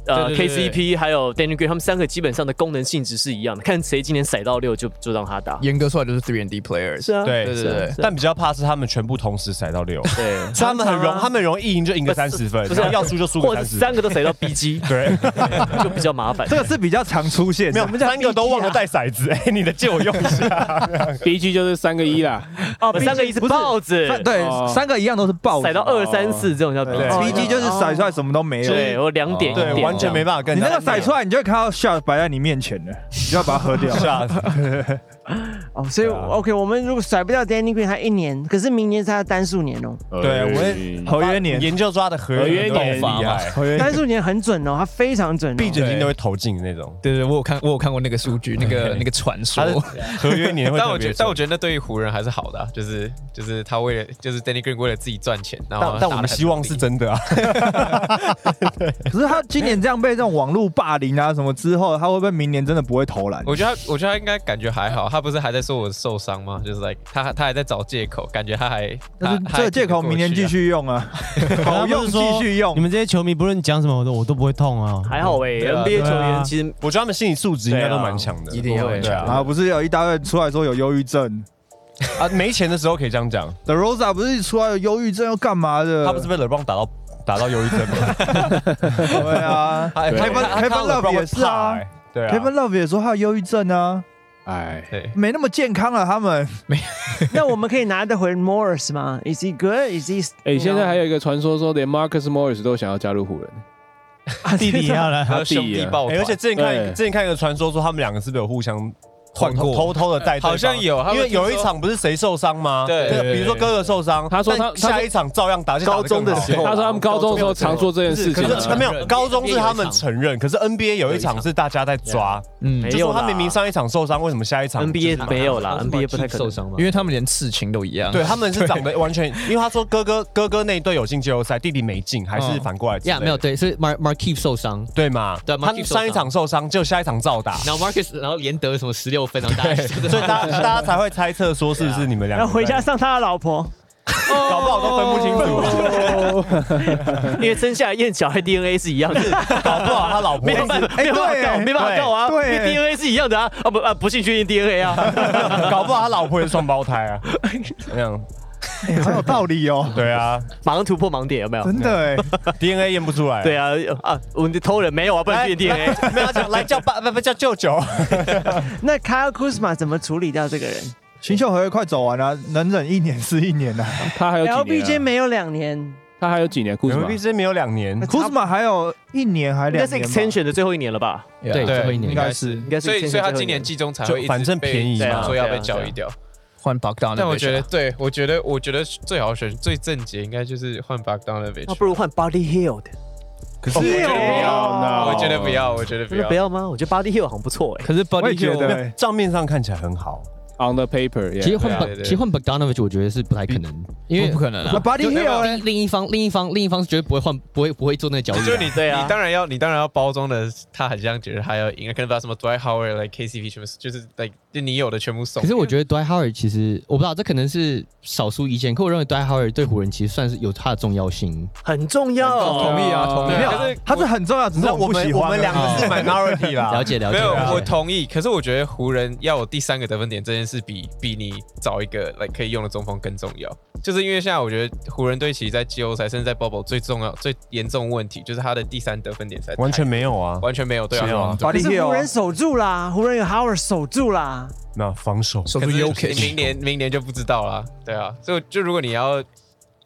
[SPEAKER 6] 呃
[SPEAKER 4] 对对对
[SPEAKER 6] ，KCP 还有 Danny Green，他们三个基本上的功能性质是一样的，看谁今年甩到六就就让他打。
[SPEAKER 4] 严格说来就是 three and D players。
[SPEAKER 6] 是啊，
[SPEAKER 5] 对
[SPEAKER 4] 对对
[SPEAKER 6] 是啊
[SPEAKER 4] 对
[SPEAKER 6] 是啊
[SPEAKER 5] 但比较怕是他们全部同时甩到六，
[SPEAKER 6] 对，
[SPEAKER 5] 所以他们很
[SPEAKER 1] 常
[SPEAKER 5] 容
[SPEAKER 1] 常啊
[SPEAKER 5] 他们容易赢就赢个三十分，
[SPEAKER 6] 不是
[SPEAKER 5] 然后要输就输
[SPEAKER 6] 或
[SPEAKER 5] 个
[SPEAKER 6] 者
[SPEAKER 5] 三
[SPEAKER 6] 是
[SPEAKER 5] 十
[SPEAKER 6] 三个
[SPEAKER 5] 分。
[SPEAKER 6] 都甩到 BG
[SPEAKER 5] 对，
[SPEAKER 6] 就比较麻烦。
[SPEAKER 2] 这个是比较常出现
[SPEAKER 5] 没
[SPEAKER 2] 的
[SPEAKER 5] 有，，三个都忘了带骰子， 哎，你的借我用一下。
[SPEAKER 3] 第一句就是三个一啦，
[SPEAKER 1] 哦
[SPEAKER 6] 三个一是豹子，
[SPEAKER 2] 三对
[SPEAKER 3] 哦
[SPEAKER 2] 三个一样都是爆
[SPEAKER 6] 甩到二三四这种叫
[SPEAKER 2] 对
[SPEAKER 5] 哦
[SPEAKER 2] B G 就是甩出来什么都没有。
[SPEAKER 6] 对，我两点一
[SPEAKER 5] 对，
[SPEAKER 6] 点
[SPEAKER 5] 完完全没办法跟
[SPEAKER 2] 你那个
[SPEAKER 5] 甩
[SPEAKER 2] 甩出来，你就会看到 shot 摆在你面前了，你就要把它 喝掉。
[SPEAKER 5] 啊
[SPEAKER 1] 哦，所以、
[SPEAKER 5] 对啊
[SPEAKER 1] OK，我们如果甩不掉 Danny Green，他一年，可是明年是他的单数年哦，
[SPEAKER 5] 对我
[SPEAKER 3] 哎
[SPEAKER 5] 也
[SPEAKER 2] 合约年
[SPEAKER 5] 研究抓的合
[SPEAKER 3] 合约
[SPEAKER 5] 约
[SPEAKER 3] 年
[SPEAKER 5] 很厉害，
[SPEAKER 2] 合约
[SPEAKER 1] 单数年很准哦，他非常准、哦。
[SPEAKER 5] 闭着眼睛都会投进那种。
[SPEAKER 4] 对对，我有看，我有看过那个数据，那个那个传说，
[SPEAKER 5] 合约年会
[SPEAKER 7] 但
[SPEAKER 5] 特
[SPEAKER 7] 我觉
[SPEAKER 5] 别
[SPEAKER 7] 得，
[SPEAKER 5] 准，
[SPEAKER 7] 但我觉得那对于湖人还是好的、啊，就是就是他为了就是 Danny Green 为了自己赚钱，然后
[SPEAKER 5] 但但我们希望是 真的啊。
[SPEAKER 2] 可是他今年这样被这种网络霸凌啊什么之后，他会不会明年真的不会投篮？
[SPEAKER 7] 我觉得他，我觉得他应该感觉还好。他不是还在说我受伤吗？就是 like 他他还在找借口，感觉他还
[SPEAKER 2] 但
[SPEAKER 7] 他他
[SPEAKER 2] 是这
[SPEAKER 7] 还
[SPEAKER 2] 个借口
[SPEAKER 7] 挺得过去啊
[SPEAKER 2] 明年继续用啊，好用继续用
[SPEAKER 8] 你。们这些球迷不论讲什么，我都我都不会痛啊。
[SPEAKER 6] 还好哎、
[SPEAKER 7] 对啊
[SPEAKER 6] n b a 球
[SPEAKER 8] 对啊
[SPEAKER 6] 员其实
[SPEAKER 5] 我觉得他们心理素质应该都蛮强的，
[SPEAKER 6] 一定要很
[SPEAKER 5] 对
[SPEAKER 6] 强
[SPEAKER 5] 啊
[SPEAKER 2] 啊，不是有一大堆出来说有忧郁症
[SPEAKER 5] 啊，没钱的时候可以这样讲。
[SPEAKER 2] ，The Rosa 不是出来有忧郁症要干嘛的？
[SPEAKER 5] 他不是被 LeBron 打到打到忧郁症吗？
[SPEAKER 2] 对 啊
[SPEAKER 7] 他
[SPEAKER 5] 对
[SPEAKER 7] 他
[SPEAKER 2] Kevin-
[SPEAKER 7] 他
[SPEAKER 2] Kevin
[SPEAKER 7] 他
[SPEAKER 2] Love 也是啊
[SPEAKER 5] 怕欸，对啊，
[SPEAKER 2] ，Kevin Love 也说他有忧郁症啊，
[SPEAKER 3] 哎，
[SPEAKER 7] 对
[SPEAKER 2] 没那么健康了、他们
[SPEAKER 1] 那我们可以拿得回 Morris 吗？Is he good? Is he？
[SPEAKER 3] 哎，现在还
[SPEAKER 1] 有
[SPEAKER 3] 有一个传说说，连 Marcus Morris 都想要加入湖人，
[SPEAKER 8] 啊弟弟也要来，
[SPEAKER 7] 他
[SPEAKER 3] 他弟
[SPEAKER 7] 兄弟
[SPEAKER 3] 啊
[SPEAKER 7] 抱
[SPEAKER 5] 欸
[SPEAKER 7] 团，哎
[SPEAKER 5] 而且之前看
[SPEAKER 3] 对
[SPEAKER 5] 之前看一个传说说他们两个是不是有互相
[SPEAKER 4] 换过
[SPEAKER 5] 偷偷的带对方？
[SPEAKER 7] 好像有他们
[SPEAKER 5] 因为有一
[SPEAKER 7] 听说
[SPEAKER 5] 场不是谁受伤吗？
[SPEAKER 7] 对
[SPEAKER 5] 那个
[SPEAKER 4] 对
[SPEAKER 5] 比如说哥哥受伤，
[SPEAKER 3] 他说他
[SPEAKER 5] 但下一场照样打，而且打得
[SPEAKER 6] 高中的
[SPEAKER 5] 更好
[SPEAKER 6] 时候
[SPEAKER 3] 哎他说他们高中的时候常做这件事
[SPEAKER 5] 可
[SPEAKER 3] 情啊，
[SPEAKER 5] 啊是没有，高中是他们承认，可是 NBA 有一场是大家在抓，
[SPEAKER 4] 嗯，
[SPEAKER 6] 没
[SPEAKER 5] 就
[SPEAKER 6] 有
[SPEAKER 5] 说
[SPEAKER 6] 啦，
[SPEAKER 5] 他明明上一场受伤，为什么下一场
[SPEAKER 6] NBA 没有啦
[SPEAKER 7] 他是
[SPEAKER 6] ，NBA 不太
[SPEAKER 7] Marquise
[SPEAKER 6] 可
[SPEAKER 7] 受
[SPEAKER 6] 能。
[SPEAKER 7] 伤吗？
[SPEAKER 4] 因为他们连刺青都一样，
[SPEAKER 5] 对，他们是长得完全，因为他说哥哥哥哥那一队有进季后赛，弟弟没进，还是
[SPEAKER 4] 嗯
[SPEAKER 5] 反过来之类
[SPEAKER 9] 呀，
[SPEAKER 5] 的
[SPEAKER 9] 没有对，是 Mar Markeep 受伤，
[SPEAKER 5] 对嘛？
[SPEAKER 9] 对
[SPEAKER 5] 他
[SPEAKER 9] Marquise 受伤
[SPEAKER 5] 上一场受伤，就下一场照打，
[SPEAKER 9] 然后 Marcus 然后连得什么十六分，然后 大家
[SPEAKER 5] 所以大家大家才会猜测说是不是你们两
[SPEAKER 1] 要
[SPEAKER 5] 个
[SPEAKER 1] 回家
[SPEAKER 5] 在，
[SPEAKER 1] 上他的老婆，
[SPEAKER 5] 搞不好都分不清楚，
[SPEAKER 6] 哦因为生下来验小孩 DNA 是一样的，
[SPEAKER 5] 搞不好他老婆 哎
[SPEAKER 6] 没有办法，没有办法
[SPEAKER 2] 对
[SPEAKER 6] 搞，没办法搞哎啊，因
[SPEAKER 2] 对
[SPEAKER 6] 为 DNA 是一样的啊，啊不啊不信去验 DNA 啊，
[SPEAKER 5] 搞不好他老婆也是双胞胎啊，那样
[SPEAKER 2] 哎很有道理哦，
[SPEAKER 5] 对啊
[SPEAKER 6] 马上突破盲点有没有？
[SPEAKER 2] 真的哎、
[SPEAKER 5] ，DNA 验不出来，
[SPEAKER 6] 对啊啊，我们偷人没有啊，不能去验 DNA。
[SPEAKER 5] 没有讲 来叫爸啊不不叫舅舅，
[SPEAKER 1] 那 Kyle Kuzma 怎么处理掉这个人
[SPEAKER 2] 新秀合约快走完了、能忍一年是一年呐、啊。
[SPEAKER 3] 他还有几
[SPEAKER 1] ？LBJ
[SPEAKER 3] 年啊？
[SPEAKER 1] 没有两年，
[SPEAKER 3] 他还有几年？库兹
[SPEAKER 5] 们
[SPEAKER 3] 马
[SPEAKER 5] B 之没有两年，
[SPEAKER 2] Kuzma 还有一年还
[SPEAKER 6] 应该
[SPEAKER 2] 两
[SPEAKER 6] 是
[SPEAKER 2] 年吧，
[SPEAKER 6] extension 的最后一年了吧？
[SPEAKER 4] Yeah，
[SPEAKER 9] 对最后一
[SPEAKER 7] 应
[SPEAKER 9] 年
[SPEAKER 7] 该
[SPEAKER 2] 应该是
[SPEAKER 6] 应该是
[SPEAKER 7] 所
[SPEAKER 6] extension
[SPEAKER 7] 以
[SPEAKER 6] 的
[SPEAKER 7] 所以他
[SPEAKER 6] 最后一
[SPEAKER 7] 今年季中才
[SPEAKER 5] 就
[SPEAKER 7] 会一直
[SPEAKER 5] 反正
[SPEAKER 7] 被
[SPEAKER 5] 便宜
[SPEAKER 6] 对啊
[SPEAKER 5] 嘛，
[SPEAKER 7] 说要
[SPEAKER 6] 对
[SPEAKER 7] 被
[SPEAKER 6] 啊
[SPEAKER 7] 交
[SPEAKER 6] 对
[SPEAKER 7] 易
[SPEAKER 6] 啊
[SPEAKER 7] 掉。
[SPEAKER 4] 换啊 Bogdan，
[SPEAKER 7] 但我觉得，对我觉得，我觉得最好选、最正解应该就是换 b a g d a n o v i
[SPEAKER 6] 那
[SPEAKER 7] c
[SPEAKER 6] 不如换 Body Hill 的，
[SPEAKER 5] 可是
[SPEAKER 7] 我觉得不要，
[SPEAKER 3] 哦
[SPEAKER 7] 我觉得不要，我觉得不
[SPEAKER 6] 真的
[SPEAKER 7] 要
[SPEAKER 6] 不。要吗？我觉得 Body Hill 好像不错哎。
[SPEAKER 4] 可是
[SPEAKER 2] 我
[SPEAKER 4] Buddy
[SPEAKER 2] 也觉得、
[SPEAKER 4] Hield-
[SPEAKER 2] 哎
[SPEAKER 5] 账面上看起来很好，
[SPEAKER 3] on the paper，yeah
[SPEAKER 9] 其
[SPEAKER 10] 哦
[SPEAKER 9] 实换
[SPEAKER 7] 对啊对
[SPEAKER 9] Bog-
[SPEAKER 7] 对
[SPEAKER 9] 其实换 Bogdanovich 我觉得是不太可能，因为
[SPEAKER 4] 不可能
[SPEAKER 2] 那
[SPEAKER 4] 啊，
[SPEAKER 2] Buddy
[SPEAKER 9] 就
[SPEAKER 2] Hill 哎
[SPEAKER 9] 另另一方另一方另一方是绝对不会换不会不会做那个交易
[SPEAKER 7] 就
[SPEAKER 9] 的
[SPEAKER 7] 你
[SPEAKER 9] 啊。
[SPEAKER 6] 对啊
[SPEAKER 7] 你当然要，你当然要包装的，他很像觉得他要赢，可能把什么 Dwight Howard、like KCP 全部就是 like 就你有的全部送。
[SPEAKER 9] 可是我觉得 Dwight Howard 其实我不知道，这可能是少数意见，可我认为 Dwight Howard 对湖人其实算是有它的重要性。
[SPEAKER 6] 很重要。哦
[SPEAKER 4] 同意啊，同意
[SPEAKER 7] 对
[SPEAKER 4] 啊。
[SPEAKER 7] 可是
[SPEAKER 2] 他是很重要，只是
[SPEAKER 5] 那我
[SPEAKER 2] 我不喜
[SPEAKER 5] 们
[SPEAKER 2] 欢
[SPEAKER 5] 我们两
[SPEAKER 2] 而已
[SPEAKER 8] 啊
[SPEAKER 5] 个是 minority 啦
[SPEAKER 9] 了，解了解，
[SPEAKER 7] 没有
[SPEAKER 9] 了，解
[SPEAKER 7] 我同意。可是我觉得湖人要有第三个得分点这件事比，比你找一个 like 可以用的中锋更重要。就是因为现在我觉得湖人队其实在季后赛甚至在 bubble 最重要、最严重的问题就是他的第三得分点才
[SPEAKER 5] 完全没有啊，
[SPEAKER 7] 完全没有对
[SPEAKER 5] 没有
[SPEAKER 7] 啊
[SPEAKER 5] 啊。
[SPEAKER 1] 可
[SPEAKER 2] Buddy
[SPEAKER 8] 哦
[SPEAKER 1] 是湖人
[SPEAKER 2] Hill
[SPEAKER 1] 守住啦，湖人有 Howard 守住啦。
[SPEAKER 5] 那防守
[SPEAKER 4] 守
[SPEAKER 7] 可
[SPEAKER 4] 住
[SPEAKER 7] 是
[SPEAKER 4] u k
[SPEAKER 7] 明年明年就不知道啦，对啊。所以就如果你要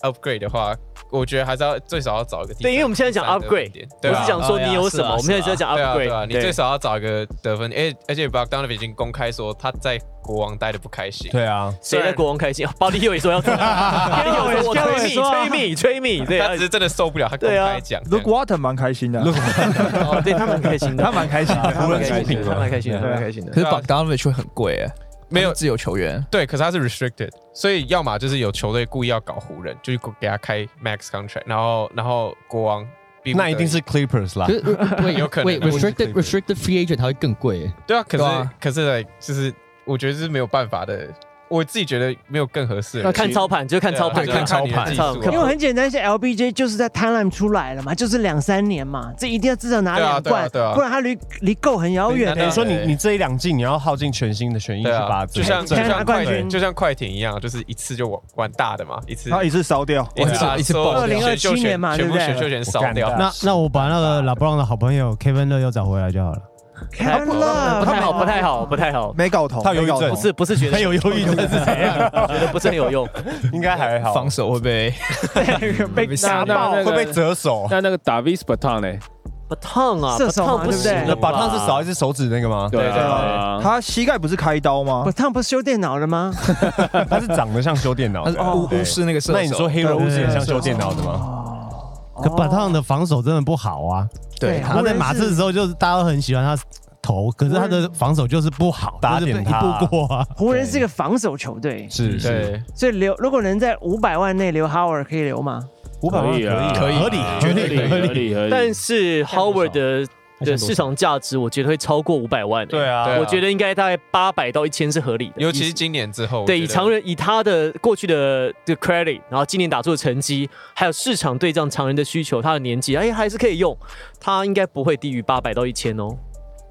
[SPEAKER 7] upgrade 的话，我觉得还是要最少要找一个第三
[SPEAKER 6] 对，因为我们现在讲
[SPEAKER 7] 第三得分
[SPEAKER 6] upgrade，
[SPEAKER 7] 点
[SPEAKER 6] 我
[SPEAKER 7] 对啊
[SPEAKER 6] 是讲说你有什么，
[SPEAKER 4] 哦呀是啊
[SPEAKER 6] 我们现在在讲
[SPEAKER 7] 对啊，对啊，
[SPEAKER 6] upgrade，
[SPEAKER 7] 你最少要找一个得分，而而且 Bogdanovich 已经公开说他在国王待的不开心，
[SPEAKER 5] 对啊，
[SPEAKER 6] 谁在国王开心？暴力又也说要走，暴力又说我
[SPEAKER 1] 也
[SPEAKER 6] 催
[SPEAKER 1] 说啊
[SPEAKER 6] 命，催命，催命，对
[SPEAKER 7] 他
[SPEAKER 6] 啊
[SPEAKER 7] 只，是真的受不了，他公
[SPEAKER 6] 对啊
[SPEAKER 7] 开讲。
[SPEAKER 2] ，Luke Walton 蛮开心的，
[SPEAKER 6] 哦对他们很开心的，
[SPEAKER 2] 他蛮开心的，
[SPEAKER 6] 他
[SPEAKER 2] 湖
[SPEAKER 6] 们
[SPEAKER 2] 人
[SPEAKER 6] 很开心的，他们很开心的，他们
[SPEAKER 2] 对
[SPEAKER 6] 很
[SPEAKER 2] 啊
[SPEAKER 6] 开心的
[SPEAKER 4] 可。是 Bogdanovich 会很贵哎，
[SPEAKER 7] 没有
[SPEAKER 4] 他是自由球员，
[SPEAKER 7] 对，可是他是 restricted，所以要么就是有球队故意要搞湖人，就是给他开 max contract，然后然后国王逼不得
[SPEAKER 5] 那
[SPEAKER 7] 已
[SPEAKER 5] 一定是 Clippers 啦
[SPEAKER 9] 可，是对
[SPEAKER 7] 有可能
[SPEAKER 9] 喂
[SPEAKER 7] 啊
[SPEAKER 9] restricted restricted free agent 它会更贵耶，
[SPEAKER 7] 对啊，可是、
[SPEAKER 4] 对啊
[SPEAKER 7] 可是 like 就是我觉得是没有办法的，我自己觉得没有更合适的人。
[SPEAKER 6] 看操盘就看操盘，
[SPEAKER 7] 对啊
[SPEAKER 4] 看
[SPEAKER 7] 你的技术
[SPEAKER 6] 操
[SPEAKER 7] 啊
[SPEAKER 6] 盘
[SPEAKER 1] 因为很简单，是 LBJ 就是在 timeline 出来了嘛，就是两三年嘛，这一定要至少拿
[SPEAKER 7] 对啊
[SPEAKER 1] 两冠，
[SPEAKER 7] 对啊对啊
[SPEAKER 1] 不然他离离够很遥远
[SPEAKER 7] 对
[SPEAKER 5] 等
[SPEAKER 1] 欸
[SPEAKER 5] 于
[SPEAKER 7] 啊。
[SPEAKER 5] 说你你这一两季你要耗尽全心的选一去
[SPEAKER 7] 对啊，
[SPEAKER 5] 把
[SPEAKER 7] 就像就
[SPEAKER 1] 整个
[SPEAKER 7] 像快
[SPEAKER 1] 冠军
[SPEAKER 7] 艇，就像快艇一样，就是一次就玩玩大的嘛，一次
[SPEAKER 2] 他一次烧掉。
[SPEAKER 7] 一次把
[SPEAKER 4] 一次
[SPEAKER 7] 所有
[SPEAKER 4] 爆
[SPEAKER 7] 的
[SPEAKER 1] 掉
[SPEAKER 7] 选秀
[SPEAKER 1] 2027
[SPEAKER 7] 权
[SPEAKER 1] 年嘛
[SPEAKER 7] 全部
[SPEAKER 1] 对不对
[SPEAKER 7] 选秀权
[SPEAKER 5] 我
[SPEAKER 7] 烧
[SPEAKER 5] 干
[SPEAKER 7] 掉
[SPEAKER 5] 掉。
[SPEAKER 8] 那那我把那个拉布朗的好朋友 Kevin Love 又找回来就好了。
[SPEAKER 1] Kevin
[SPEAKER 6] 不
[SPEAKER 1] Love，
[SPEAKER 6] 太好，不太好，不太好，
[SPEAKER 2] 没搞头，
[SPEAKER 5] 他有
[SPEAKER 2] 没
[SPEAKER 5] 抑
[SPEAKER 2] 搞
[SPEAKER 5] 郁症
[SPEAKER 2] 头
[SPEAKER 6] 不是不是觉得
[SPEAKER 5] 很有忧郁症是怎样？
[SPEAKER 6] 觉得不是很有用，
[SPEAKER 5] 应该还好，
[SPEAKER 4] 防守会被
[SPEAKER 1] 被
[SPEAKER 4] 被
[SPEAKER 1] 打
[SPEAKER 4] 杀
[SPEAKER 1] 爆
[SPEAKER 3] 那。
[SPEAKER 5] 会被折手。
[SPEAKER 3] 那那个 Davis Baton 呢？
[SPEAKER 6] 把烫啊，
[SPEAKER 1] 射手嘛
[SPEAKER 6] 把烫不行
[SPEAKER 1] 对不
[SPEAKER 6] 了
[SPEAKER 1] 对
[SPEAKER 5] 那
[SPEAKER 1] 那
[SPEAKER 5] 把
[SPEAKER 6] 吧，
[SPEAKER 5] 烫是少一只手指那个吗？
[SPEAKER 3] 对
[SPEAKER 7] 对
[SPEAKER 3] 啊，
[SPEAKER 2] 呃他膝盖不是开刀吗
[SPEAKER 1] 不？烫不是修电脑的 吗？
[SPEAKER 5] 它是长得像修电脑
[SPEAKER 4] 他
[SPEAKER 5] 的
[SPEAKER 4] 是。
[SPEAKER 8] 哦
[SPEAKER 4] 巫巫师那个射手，
[SPEAKER 5] 哦那你说黑人巫师也像修电脑的吗？
[SPEAKER 1] 哦
[SPEAKER 8] 可把烫的防守真的不好啊。
[SPEAKER 4] 对
[SPEAKER 1] 好
[SPEAKER 8] 他在马刺的时候，就是大家都很喜欢他投，可是他的防守就是不好，
[SPEAKER 5] 打
[SPEAKER 8] 就是
[SPEAKER 5] 点
[SPEAKER 8] 一
[SPEAKER 5] 他
[SPEAKER 8] 步过啊。
[SPEAKER 1] 湖人是个防守球队，
[SPEAKER 5] 是是，
[SPEAKER 7] 对，
[SPEAKER 1] 所以留如果能在五百万内留 Howard 可以留吗？
[SPEAKER 5] 五百万
[SPEAKER 3] 可以啊
[SPEAKER 5] 可以合理
[SPEAKER 3] 合理合理合理，
[SPEAKER 6] 但是 Howard 的的市场价值，我觉得会超过五百万、欸。
[SPEAKER 5] 对啊
[SPEAKER 7] 对啊
[SPEAKER 6] 我觉得应该大概八百到一千是合理的。
[SPEAKER 7] 尤其
[SPEAKER 6] 以
[SPEAKER 7] 是今年之后，
[SPEAKER 6] 对
[SPEAKER 7] 我
[SPEAKER 6] 以
[SPEAKER 7] 觉得
[SPEAKER 6] 常人以他的过去的的 credit，然后今年打出的成绩，还有市场对这样常人的需求，他的年纪，哎，还是可以用，他应该不会低于八百到一千哦。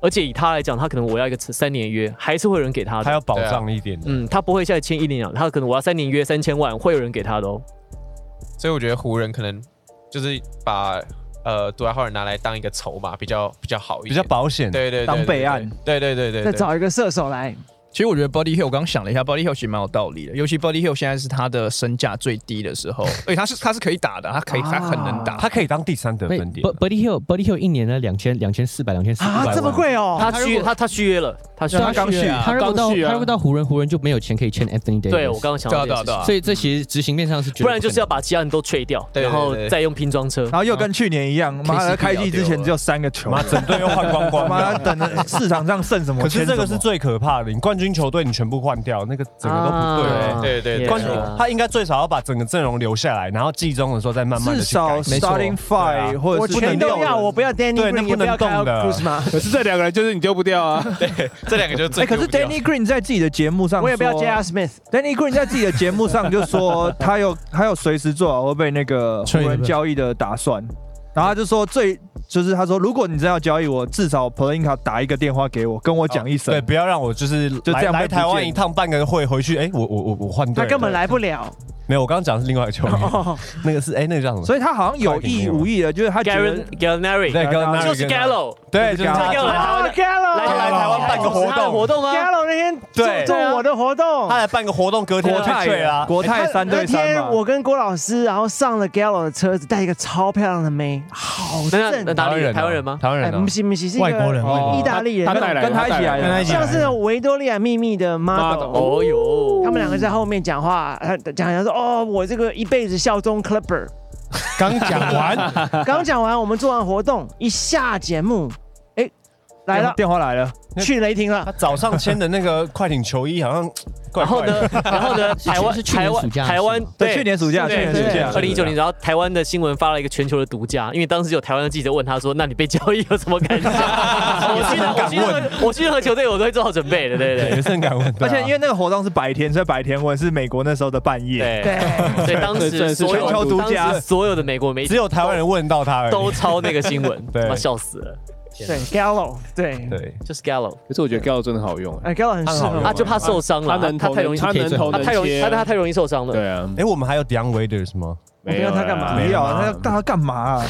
[SPEAKER 6] 而且以他来讲，他可能我要一个三年约，还是会有人给他的。
[SPEAKER 5] 他要保障一点的。
[SPEAKER 6] 嗯，他不会现在签一年啊，他可能我要三年约三千万，会有人给他的哦。
[SPEAKER 7] 所以我觉得湖人可能就是把呃杜兰特拿来当一个筹码比较比较好一
[SPEAKER 5] 比
[SPEAKER 7] 点，
[SPEAKER 5] 较保险，
[SPEAKER 7] 对对对
[SPEAKER 2] 当备案，
[SPEAKER 7] 对对对对
[SPEAKER 1] 再
[SPEAKER 7] 对对，
[SPEAKER 1] 找一个射手来，
[SPEAKER 4] 其实我觉得 Buddy Hill 我刚想了一下，Buddy Hill 其实蛮有道理的，尤其 Buddy Hill 现在是他的身价最低的时候，而且他是他是可以打的，他可以他很能打，
[SPEAKER 5] 他可以当第三得
[SPEAKER 9] 喂
[SPEAKER 5] 分点。
[SPEAKER 9] ，Bud Buddy Hill Buddy Hill 一年呢两千两千四百两千四百
[SPEAKER 1] 啊，这么贵哦！
[SPEAKER 6] 他续他他续约了，他续
[SPEAKER 9] 对
[SPEAKER 6] 约
[SPEAKER 9] 啊
[SPEAKER 6] 了。
[SPEAKER 9] 刚续
[SPEAKER 4] 啊
[SPEAKER 9] 他如果到
[SPEAKER 3] 刚续啊
[SPEAKER 9] 他如果到湖人，湖人就没有钱可以签 Anthony Davis。
[SPEAKER 6] 对我刚刚想
[SPEAKER 4] 对
[SPEAKER 6] 到这
[SPEAKER 4] 啊
[SPEAKER 6] 件事
[SPEAKER 4] 对啊对
[SPEAKER 6] 情，
[SPEAKER 4] 啊，
[SPEAKER 9] 所以这其实执行面上是绝对
[SPEAKER 6] 不然就是要
[SPEAKER 9] 可能
[SPEAKER 6] 把其他人都吹掉，
[SPEAKER 7] 对对
[SPEAKER 6] 然后
[SPEAKER 7] 对对
[SPEAKER 6] 再用拼装车。
[SPEAKER 2] 然后又跟去年一样，妈的开季之前只有三个球，
[SPEAKER 5] 妈，整队又换光光
[SPEAKER 2] 妈
[SPEAKER 5] 了。
[SPEAKER 2] 等着市场上剩什么
[SPEAKER 5] 可是
[SPEAKER 2] 签
[SPEAKER 5] 这个
[SPEAKER 2] 什
[SPEAKER 5] 是
[SPEAKER 2] 么
[SPEAKER 5] 最可怕的，你冠军球队你全部换掉，那个整个都不对。
[SPEAKER 6] 啊
[SPEAKER 7] 对对对
[SPEAKER 5] 冠军
[SPEAKER 6] Yeah 啊
[SPEAKER 5] 他应该最少要把整个阵容留下来，然后季中的时候再慢慢
[SPEAKER 2] 至
[SPEAKER 5] 的去改
[SPEAKER 2] 少
[SPEAKER 5] 进。对
[SPEAKER 2] starting five
[SPEAKER 5] 啊
[SPEAKER 2] 或
[SPEAKER 1] 我
[SPEAKER 2] 者是
[SPEAKER 1] 全都要，我不要 Danny
[SPEAKER 5] 对
[SPEAKER 1] Green，也
[SPEAKER 5] 那不
[SPEAKER 1] 不
[SPEAKER 5] 能
[SPEAKER 1] 要 k
[SPEAKER 5] 动
[SPEAKER 1] y
[SPEAKER 5] 的
[SPEAKER 1] l Kuzma，
[SPEAKER 3] 可是这两个人就是你丢不掉 啊，
[SPEAKER 7] 这两个就是最
[SPEAKER 2] 哎，可是
[SPEAKER 7] 丢不掉
[SPEAKER 2] Danny Green 在自己的节目上，
[SPEAKER 1] 我也不要啊 JR Smith。
[SPEAKER 2] Danny Green 在自己的节目上就说，他有他有随时做好会被那个湖人交易的打算，然后他就说最就是他说，如果你真要交易我，至少 Polinka 打一个电话给我，跟我讲一声
[SPEAKER 5] 对，。不要让我就是
[SPEAKER 2] 这
[SPEAKER 5] 来
[SPEAKER 2] 样
[SPEAKER 5] 来
[SPEAKER 2] 被不见
[SPEAKER 5] 台湾一趟办个会回去，哎，我我我我换队
[SPEAKER 1] 他
[SPEAKER 5] 了，
[SPEAKER 1] 根本来不了，
[SPEAKER 5] 没有，我刚刚讲的是另外一个球员，那个是哎那个叫什么？
[SPEAKER 2] 所以他好像有意无意的，就是他觉
[SPEAKER 6] Garen
[SPEAKER 2] 得
[SPEAKER 6] Gallinari
[SPEAKER 5] 对，刚刚那个
[SPEAKER 6] 就是 Gallo，
[SPEAKER 5] 对，就是
[SPEAKER 6] 他
[SPEAKER 5] 他
[SPEAKER 6] Gallo 来台湾的
[SPEAKER 1] Gallo
[SPEAKER 6] 来
[SPEAKER 5] 来台湾办个活动
[SPEAKER 6] 是他的活动啊，
[SPEAKER 1] Gallo 那天做
[SPEAKER 5] 对
[SPEAKER 1] 做我的活动
[SPEAKER 5] 他，来办个活动，隔天
[SPEAKER 2] 国
[SPEAKER 5] 就去睡
[SPEAKER 2] 泰
[SPEAKER 5] 啦。
[SPEAKER 2] 国泰三
[SPEAKER 1] 哎那
[SPEAKER 2] 对三
[SPEAKER 1] 天
[SPEAKER 2] 嘛，
[SPEAKER 1] 我跟郭老师，然后上了 Gallo 的车子，带一个超漂亮的妹，好
[SPEAKER 6] 那那那
[SPEAKER 1] 正。
[SPEAKER 6] 哪里
[SPEAKER 5] 人
[SPEAKER 6] 人？
[SPEAKER 5] 啊
[SPEAKER 6] 台湾人吗？
[SPEAKER 5] 台湾
[SPEAKER 1] 哎，
[SPEAKER 5] 人啊
[SPEAKER 1] 不，行不行，是一个
[SPEAKER 8] 外国人
[SPEAKER 3] 哦
[SPEAKER 1] 意大利
[SPEAKER 3] 他
[SPEAKER 1] 人，
[SPEAKER 3] 带来的
[SPEAKER 2] 跟他一
[SPEAKER 4] 啊
[SPEAKER 2] 起
[SPEAKER 3] 带来
[SPEAKER 2] 来的
[SPEAKER 3] 的
[SPEAKER 8] 跟他一起
[SPEAKER 1] 像是那种维多利亚秘密的 model。
[SPEAKER 6] 哦哟，
[SPEAKER 1] 他们两个在后面讲话，呃讲讲说哦，我这个一辈子效忠 Clipper。
[SPEAKER 8] 刚讲完，
[SPEAKER 1] 刚讲完，我们做完活动，一下节目，哎，来了，
[SPEAKER 2] 电话来了，
[SPEAKER 1] 去雷霆了
[SPEAKER 5] 他。早上签的那个快艇球衣好像怪
[SPEAKER 6] 然后
[SPEAKER 5] 怪
[SPEAKER 6] 呢
[SPEAKER 5] 的，？
[SPEAKER 6] 然后呢？
[SPEAKER 9] 是
[SPEAKER 6] 台湾
[SPEAKER 9] 是去年
[SPEAKER 6] 台
[SPEAKER 9] 暑
[SPEAKER 6] 湾
[SPEAKER 9] 假的
[SPEAKER 6] 台湾
[SPEAKER 9] 事吗
[SPEAKER 2] 对，去年暑假，去
[SPEAKER 6] 对
[SPEAKER 2] 年暑假，
[SPEAKER 6] 二零一九年，然后台湾的新闻发了一个全球的独家，因为当时有台湾的记者问他说：“那你被交易有什么感觉？”我去任何我去任何我去任何球队，我都会做好准备的，对对
[SPEAKER 5] 也是很敢问。啊
[SPEAKER 2] 而且因
[SPEAKER 5] 为
[SPEAKER 2] 为那个活动是白天，所以白天我是美国那时候的半夜，
[SPEAKER 6] 对
[SPEAKER 1] 对
[SPEAKER 6] 对。，所以当
[SPEAKER 3] 这真的
[SPEAKER 6] 时
[SPEAKER 3] 是
[SPEAKER 6] 所有
[SPEAKER 2] 全球独
[SPEAKER 6] 当时
[SPEAKER 2] 家
[SPEAKER 6] 所有的美国媒
[SPEAKER 5] 只
[SPEAKER 6] 体
[SPEAKER 5] 有台湾人问到他而已。
[SPEAKER 6] 都抄那个新闻，
[SPEAKER 5] 对
[SPEAKER 6] 妈笑死了。
[SPEAKER 1] 对，Gallo，对，
[SPEAKER 5] 对，
[SPEAKER 6] 就是 Gallo，
[SPEAKER 3] 可是我觉得 Gal 真的好用哎，
[SPEAKER 1] 哎，Gallo 很适
[SPEAKER 5] 他很好
[SPEAKER 1] 合
[SPEAKER 5] 用
[SPEAKER 6] 啊，就怕受伤了，
[SPEAKER 3] 他能
[SPEAKER 6] 他
[SPEAKER 3] 投
[SPEAKER 6] 太容
[SPEAKER 3] 能，
[SPEAKER 6] 易，
[SPEAKER 3] 他能投
[SPEAKER 6] 他
[SPEAKER 3] 能
[SPEAKER 6] 太容易，
[SPEAKER 3] 切，啊
[SPEAKER 6] 他他太容易受伤了。
[SPEAKER 3] 对啊，
[SPEAKER 5] 哎，我们还有 Dion Waiters 吗？
[SPEAKER 1] 我不要他干嘛
[SPEAKER 3] 没
[SPEAKER 2] 没
[SPEAKER 3] 有
[SPEAKER 2] 有，那他干嘛啊？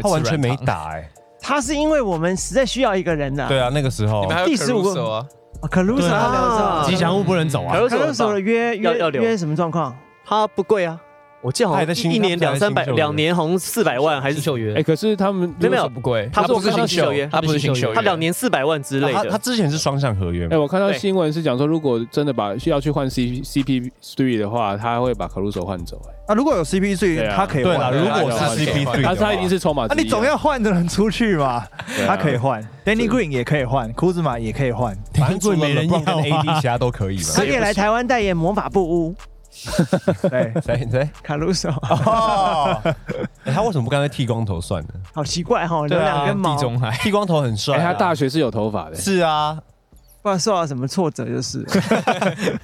[SPEAKER 5] 他完全没打哎。
[SPEAKER 1] 他是因为我们实在需要一个人的。哦
[SPEAKER 5] 对啊，那个时候
[SPEAKER 7] 你们还有
[SPEAKER 1] 第十五个
[SPEAKER 7] Caruso 啊，
[SPEAKER 1] c a r u s
[SPEAKER 8] 对
[SPEAKER 1] o
[SPEAKER 8] 啊
[SPEAKER 1] 他
[SPEAKER 8] 吉
[SPEAKER 1] 留着。
[SPEAKER 8] 祥物不能走啊
[SPEAKER 6] 可。是
[SPEAKER 1] c a r u s o 的约
[SPEAKER 6] 要要
[SPEAKER 1] 约
[SPEAKER 6] 留
[SPEAKER 1] 约什么状况？
[SPEAKER 6] 他不贵啊，我记得好
[SPEAKER 5] 他还在
[SPEAKER 6] 像
[SPEAKER 5] 新
[SPEAKER 6] 一年
[SPEAKER 5] 他
[SPEAKER 6] 两
[SPEAKER 5] 还在
[SPEAKER 6] 三
[SPEAKER 5] 新
[SPEAKER 6] 百，
[SPEAKER 5] 秀约
[SPEAKER 6] 两年好像四百万还
[SPEAKER 9] 还是
[SPEAKER 6] 是
[SPEAKER 9] 秀约
[SPEAKER 3] 哎，，可是他们
[SPEAKER 6] 没有没有
[SPEAKER 4] 不贵，
[SPEAKER 6] 他是
[SPEAKER 4] 不是
[SPEAKER 6] 我看到
[SPEAKER 4] 新
[SPEAKER 6] 新秀
[SPEAKER 4] 秀
[SPEAKER 6] 约
[SPEAKER 4] 他不是新秀约，
[SPEAKER 6] 他两年四百万之类
[SPEAKER 5] 他他
[SPEAKER 6] 的。
[SPEAKER 5] 之前是双向合约
[SPEAKER 3] 哎，
[SPEAKER 5] 嘛，
[SPEAKER 3] 我看到
[SPEAKER 6] 对
[SPEAKER 3] 新闻是讲说，如果真的把需要去换 C C P three 的话，他会把 Caruso 换走。哎，
[SPEAKER 2] 啊，如果有 CP
[SPEAKER 3] 对
[SPEAKER 2] 3
[SPEAKER 3] 啊
[SPEAKER 2] 他可以
[SPEAKER 5] 对
[SPEAKER 2] 换
[SPEAKER 5] 啦，
[SPEAKER 3] 啊
[SPEAKER 5] 如果
[SPEAKER 3] 他
[SPEAKER 5] 是 CP3，
[SPEAKER 3] 他
[SPEAKER 5] 的
[SPEAKER 3] 他
[SPEAKER 5] 话
[SPEAKER 3] 一定是筹码之
[SPEAKER 2] 啊，
[SPEAKER 3] 一啊。
[SPEAKER 2] 你总要换的人出去嘛，
[SPEAKER 3] 对啊
[SPEAKER 2] 他可以换，Danny Green 也可以换，Kuzma 也可以换，
[SPEAKER 5] 反正除了
[SPEAKER 8] 没人
[SPEAKER 5] LeBron 跟
[SPEAKER 8] 要啊
[SPEAKER 5] AD 其他都可以嘛。
[SPEAKER 1] 他可以来台湾代言魔法布屋
[SPEAKER 2] 对，
[SPEAKER 5] 谁谁？
[SPEAKER 1] c a r u s o
[SPEAKER 5] 哦， 哎他为什么不干脆剃光头算了？
[SPEAKER 1] 好奇怪哈，留两根毛，
[SPEAKER 4] 地
[SPEAKER 1] 不知
[SPEAKER 4] 中海，
[SPEAKER 5] 剃光头很帅
[SPEAKER 3] 哎，
[SPEAKER 5] 啊。
[SPEAKER 3] 他大学是有头发的。
[SPEAKER 5] 是啊，
[SPEAKER 1] 道受到什么挫折就是 了。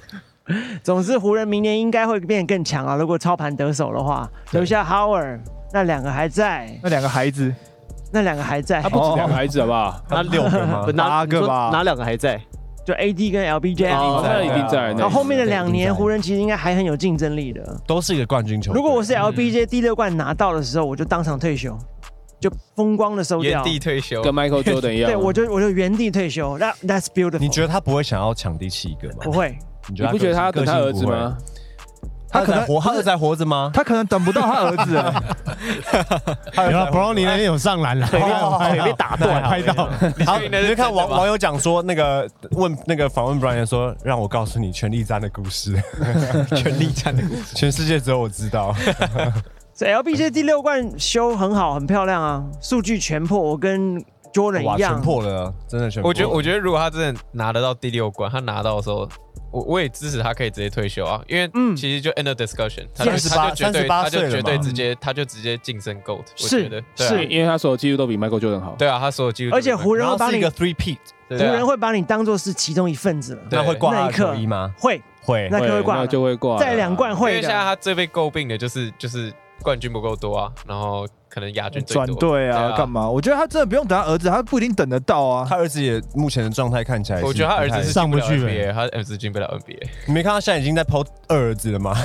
[SPEAKER 1] 总之，湖人明年应该会变得更强啊！如果操盘得手的话，留下 Howard，那两个还在，
[SPEAKER 2] 那两个孩子，
[SPEAKER 1] 那两个还
[SPEAKER 5] 啊
[SPEAKER 1] 在，
[SPEAKER 3] 不
[SPEAKER 5] 哦
[SPEAKER 3] 止两个孩子好不好？
[SPEAKER 5] 他六 个吗
[SPEAKER 6] 不？
[SPEAKER 2] 八
[SPEAKER 6] 哪
[SPEAKER 2] 个吧
[SPEAKER 6] 哪两个还在？
[SPEAKER 1] 就 AD 跟 LBJ。
[SPEAKER 6] 哦
[SPEAKER 3] 那一定在。
[SPEAKER 1] 啊然后后面的两年，
[SPEAKER 8] 对
[SPEAKER 1] 湖人其实应该还很有竞争力的。
[SPEAKER 5] 都是一个冠军球
[SPEAKER 1] 如
[SPEAKER 5] 队。
[SPEAKER 1] 果我是 LBJ 第六冠拿到的时候，我就当场退休，就风光的收
[SPEAKER 7] 原
[SPEAKER 1] 掉。
[SPEAKER 7] 地退休
[SPEAKER 3] 跟，Michael Jordan 一样，
[SPEAKER 1] 对，我就我就原地退休。那 That's beautiful。
[SPEAKER 5] 你觉得他不会想要抢第七个吗？
[SPEAKER 1] 不会？
[SPEAKER 5] 你
[SPEAKER 3] 你不觉得他等他儿子吗？
[SPEAKER 2] 他可
[SPEAKER 5] 才
[SPEAKER 2] 能
[SPEAKER 5] 活，他才活着吗？
[SPEAKER 2] 他可能等不到他儿子了。
[SPEAKER 8] 有了 Brownie 那边有上篮了，被打断，拍到。
[SPEAKER 5] 好，
[SPEAKER 7] 确定
[SPEAKER 5] 你
[SPEAKER 7] 那是
[SPEAKER 5] 就看网
[SPEAKER 7] 真的吗
[SPEAKER 5] 网友讲说，那个问那个访问 Brian 说，让我告诉你权力战的故事，
[SPEAKER 7] 权力战的故事。
[SPEAKER 5] 全世界只有我知道。
[SPEAKER 1] 这 LBJ 第六冠修很好，很漂亮啊，数据全破，我跟 Jordan
[SPEAKER 5] 哇，
[SPEAKER 1] 一样
[SPEAKER 5] 全。破了，真的全破了。
[SPEAKER 7] 我觉得，我觉得如果他真的拿得到第六冠，他拿到的时候，我我也支持他可以直接退休啊，因为
[SPEAKER 1] 嗯
[SPEAKER 7] 其实就 end of discussion，他就
[SPEAKER 5] 38
[SPEAKER 7] 他就绝对
[SPEAKER 5] 38
[SPEAKER 7] 他就
[SPEAKER 5] 岁了
[SPEAKER 7] 绝对
[SPEAKER 5] 嘛
[SPEAKER 7] 直接他就直接晋升 GOAT，我
[SPEAKER 1] 是
[SPEAKER 7] 觉得对啊
[SPEAKER 1] 是
[SPEAKER 3] 因为他所有记录都比 Michael Jordan 好。
[SPEAKER 7] 对啊，他所有记录，
[SPEAKER 1] 而且湖人
[SPEAKER 5] 然
[SPEAKER 1] 会
[SPEAKER 5] 后
[SPEAKER 1] 把
[SPEAKER 5] 是一
[SPEAKER 1] 你，
[SPEAKER 5] 个
[SPEAKER 1] 湖
[SPEAKER 5] three peat，
[SPEAKER 7] 对啊
[SPEAKER 1] 人会把你当做是其中一份子了。
[SPEAKER 7] 对
[SPEAKER 5] 那会挂
[SPEAKER 1] 那
[SPEAKER 5] 他
[SPEAKER 1] 一
[SPEAKER 5] 的
[SPEAKER 1] 刻
[SPEAKER 5] 球衣吗？
[SPEAKER 1] 会，
[SPEAKER 5] 会，
[SPEAKER 1] 那就会挂
[SPEAKER 3] 那就会挂了。
[SPEAKER 1] 再两冠
[SPEAKER 7] 因为
[SPEAKER 1] 会
[SPEAKER 7] 现在
[SPEAKER 1] 的。
[SPEAKER 7] 他最被诟病的就是就是冠军不够多啊，然后可能亚军最多
[SPEAKER 2] 转队啊，干？嘛？我觉得他真的不用等他儿子，他不一定等得 到啊。
[SPEAKER 5] 他儿子也目前的状态看起来是
[SPEAKER 7] 我
[SPEAKER 5] 不太，
[SPEAKER 7] 觉
[SPEAKER 5] 欸
[SPEAKER 7] 得他儿子是
[SPEAKER 8] 上不去
[SPEAKER 7] NBA，他儿子进不了 NBA。
[SPEAKER 5] 你没看他现在已经在 PO 二儿子了吗？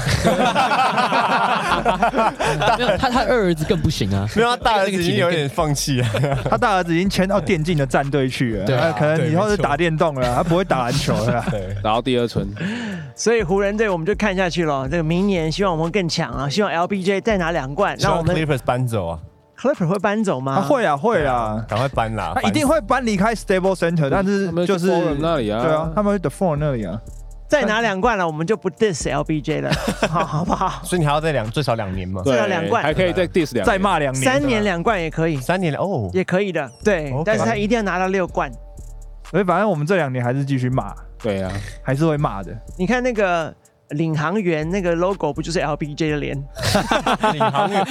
[SPEAKER 9] 没有他他二儿子更不行 啊。
[SPEAKER 5] 没有，他大儿子已 经有点放弃了。
[SPEAKER 2] 他大儿子已经签到电竞的战队去了，
[SPEAKER 9] 对啊
[SPEAKER 2] 他可能以后
[SPEAKER 5] 对没
[SPEAKER 2] 是
[SPEAKER 5] 错
[SPEAKER 2] 打电动了，他不会打篮球 了。
[SPEAKER 5] 对，
[SPEAKER 3] 然后第二轮，
[SPEAKER 1] 所以湖人队我们就看下去了。这个明年希望我们更强啊，希望 LBJ 再拿两冠，
[SPEAKER 5] 希
[SPEAKER 1] 让我
[SPEAKER 5] 望
[SPEAKER 1] 们
[SPEAKER 5] Clippers 搬走啊，
[SPEAKER 1] Clipper 会搬走吗？
[SPEAKER 2] 他会啊，会啊，
[SPEAKER 5] 赶快搬啦！
[SPEAKER 2] 他一定
[SPEAKER 5] 会。
[SPEAKER 2] 会搬离开 Stable Center，但是
[SPEAKER 3] 他们
[SPEAKER 2] 就
[SPEAKER 3] 去
[SPEAKER 2] 是
[SPEAKER 3] Forum 那里啊
[SPEAKER 2] 对啊，他们去 The Forum 那里啊。
[SPEAKER 1] 再拿两冠了，我们就不 diss LBJ 了，好好不好？
[SPEAKER 5] 所以你还要再两最少两年吗？
[SPEAKER 1] 这个
[SPEAKER 3] 对，
[SPEAKER 1] 两冠
[SPEAKER 3] 还可以再 diss 两，
[SPEAKER 2] 再。骂两年，
[SPEAKER 1] 三年两冠也可以，
[SPEAKER 5] 三年了哦，
[SPEAKER 1] 也可以的，对。
[SPEAKER 5] OK
[SPEAKER 1] 但是他一定要拿到六冠。
[SPEAKER 2] 所以反正我们这两年还是继续骂，
[SPEAKER 3] 对啊，
[SPEAKER 2] 还是会骂的。
[SPEAKER 1] 你看那个领航员那个 logo 不就是 LBJ 的脸，
[SPEAKER 5] 领航员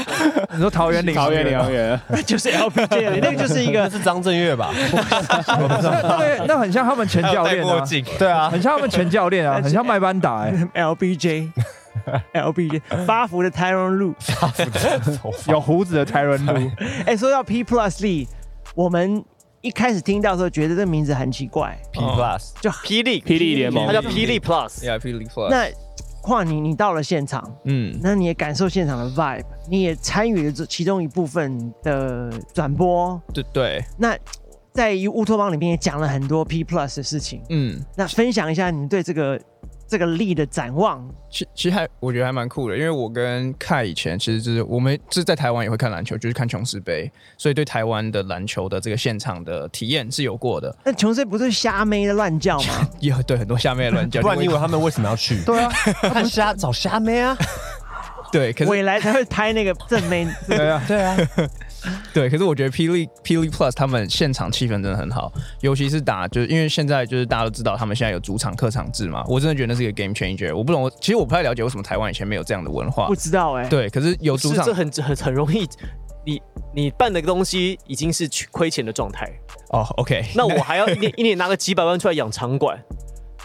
[SPEAKER 2] 你说桃园领，
[SPEAKER 3] 桃园领航
[SPEAKER 2] 那
[SPEAKER 3] 员，
[SPEAKER 1] 就是 LBJ 的脸，那个就是一个
[SPEAKER 5] 是张震 岳吧？
[SPEAKER 2] 那个那很像他们前
[SPEAKER 7] 还有
[SPEAKER 2] 教
[SPEAKER 7] 戴
[SPEAKER 2] 练
[SPEAKER 7] 墨
[SPEAKER 2] 啊，
[SPEAKER 7] 镜，
[SPEAKER 5] 对啊，
[SPEAKER 2] 很像他们前教练 啊，很像麦班达哎，
[SPEAKER 1] LBJ。LBJ 发福的 Tyron Lu，
[SPEAKER 2] 有胡子的 Tyron Lu，
[SPEAKER 1] 哎、说到 P Plus Lee，我们一开始听到的时候觉得这名字很奇怪，
[SPEAKER 4] 哦
[SPEAKER 5] P Plus
[SPEAKER 1] 就
[SPEAKER 6] 霹雳，
[SPEAKER 3] 霹雳联盟
[SPEAKER 6] 它，叫霹雳 Plus。
[SPEAKER 9] Yeah, P Plus。
[SPEAKER 1] 那况你你到了现场，
[SPEAKER 9] 嗯，
[SPEAKER 1] 那你也感受现场的 vibe，你也参与了这其中一部分的转播。
[SPEAKER 9] 对对，
[SPEAKER 1] 那在乌托邦里面也讲了很多 P Plus 的事情，
[SPEAKER 9] 嗯，
[SPEAKER 1] 那分享一下你对这个这个力的展望。
[SPEAKER 9] 其其实还我觉得还蛮酷的，因为我跟凯以前其实就是我们就是在台湾也会看篮球，就是看琼斯杯，所以对台湾的篮球的这个现场的体验是有过的，
[SPEAKER 1] 那琼斯不是瞎妹的乱叫吗？
[SPEAKER 9] 也有对很多下面的乱 叫，
[SPEAKER 5] 不然你以
[SPEAKER 9] 就会
[SPEAKER 5] 为他们为什么要去？
[SPEAKER 2] 对啊，
[SPEAKER 5] 看虾找虾妹啊！
[SPEAKER 9] 对， 可是
[SPEAKER 1] 未来才会拍那个正 妹，
[SPEAKER 2] 对啊，
[SPEAKER 5] 对啊，
[SPEAKER 9] 对，可是我觉得霹雳霹雳 Plus 他们现场气氛真的很好，尤其是打就是因为现在就是大家都知道他们现在有主场客场制嘛，我真的觉得那是一个 game changer，我不懂，我其实我不太了解为什么台湾以前没有这样的文化
[SPEAKER 1] 不，知道哎、
[SPEAKER 9] 对，啊可是有
[SPEAKER 6] 是
[SPEAKER 9] 主场
[SPEAKER 6] 这很很很容易，你你办的东西已经是去亏钱的状态，
[SPEAKER 9] 哦，OK，
[SPEAKER 6] 那我还要一年一年拿个几百万出来养场馆，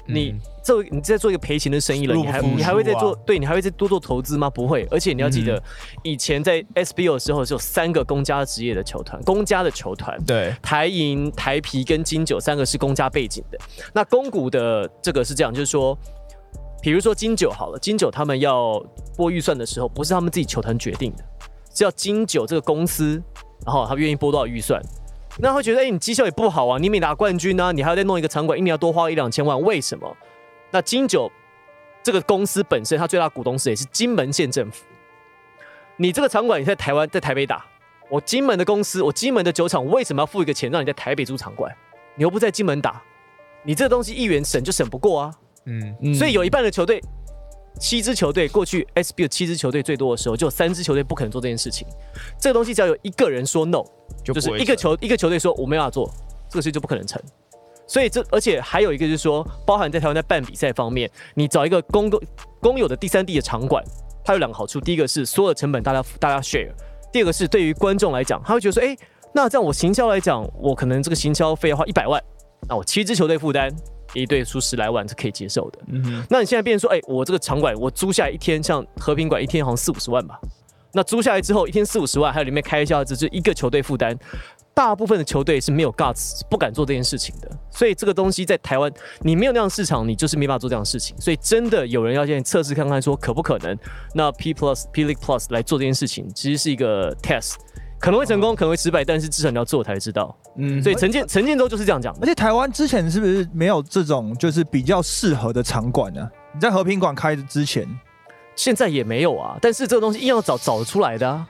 [SPEAKER 6] 你这你再做一个赔钱的生意了，
[SPEAKER 5] 嗯入
[SPEAKER 6] 你
[SPEAKER 5] 不
[SPEAKER 6] 还
[SPEAKER 5] 敷出
[SPEAKER 6] 你还会再做
[SPEAKER 5] 啊嗯
[SPEAKER 6] 对你还会再多做投资吗？不会，而且你要记得，以前在 SBO 的时候是有三个公家职业的球团，公家的球团。
[SPEAKER 9] 对。
[SPEAKER 6] 台银、台啤跟金九三个是公家背景的。那公股的这个是这样，就是说，比如说金九好了，金九他们要拨预算的时候，不是他们自己球团决定的，是要金九这个公司，然后他愿意拨多少预算。那他会觉得，哎、你绩效也不好啊，你没拿冠军啊，你还要再弄一个场馆，一年要多花一两千万，为什么？那金九这个公司本身，它最大股东是也是金门县政府。你这个场馆你在台湾，在台北打，我金门的公司，我金门的酒厂为什么要付一个钱让你在台北租场馆？你又不在金门打，你这东西议员审就审不过啊。
[SPEAKER 7] 嗯，
[SPEAKER 6] 所以有一半的球队，七支球队过去 SBL 七支球队最多的时候，就有三支球队不可能做这件事情。这个东西只要有一个人说 no，
[SPEAKER 9] 就
[SPEAKER 6] 就是
[SPEAKER 9] 不会
[SPEAKER 6] 一个
[SPEAKER 9] 成
[SPEAKER 6] 球一个球队说我没办法做，这个事就不可能成。所以这而且还有一个就是说，包含在台湾在办比赛方面，你找一个公共公有的第三地的场馆，它有两个好处，第一个是所有的成本大家大家 share，第二个是对于观众来讲，他会觉得说，哎、那这样我行销来讲，我可能这个行销费要花一百万，那我七支球队负担。一队出十来万是可以接受的，那你现在变成说，哎、我这个场馆我租下来一天，像和平馆一天好像四五十万吧，那租下来之后，一天四五十万，还有里面开销，只是一个球队负担。大部分的球队是没有 guts，不敢做这件事情的。所以这个东西在台湾，你没有那样的市场，你就是没办法做这样的事情。所以真的有人要现在测试看看，说可不可能？那 P Plus、P League Plus 来做这件事情，其实是一个 test，可能会成功，可能会失败，但是至少你要做才知道。
[SPEAKER 9] 嗯
[SPEAKER 6] 所以陈建陈建州就是这样讲
[SPEAKER 2] 而
[SPEAKER 6] 的。
[SPEAKER 2] 且台湾之前是不是没有这种就是比较适合的场馆呢、啊？你在和平馆开之前，
[SPEAKER 6] 现在也没有啊，但是这个东西硬要找找得出来的啊。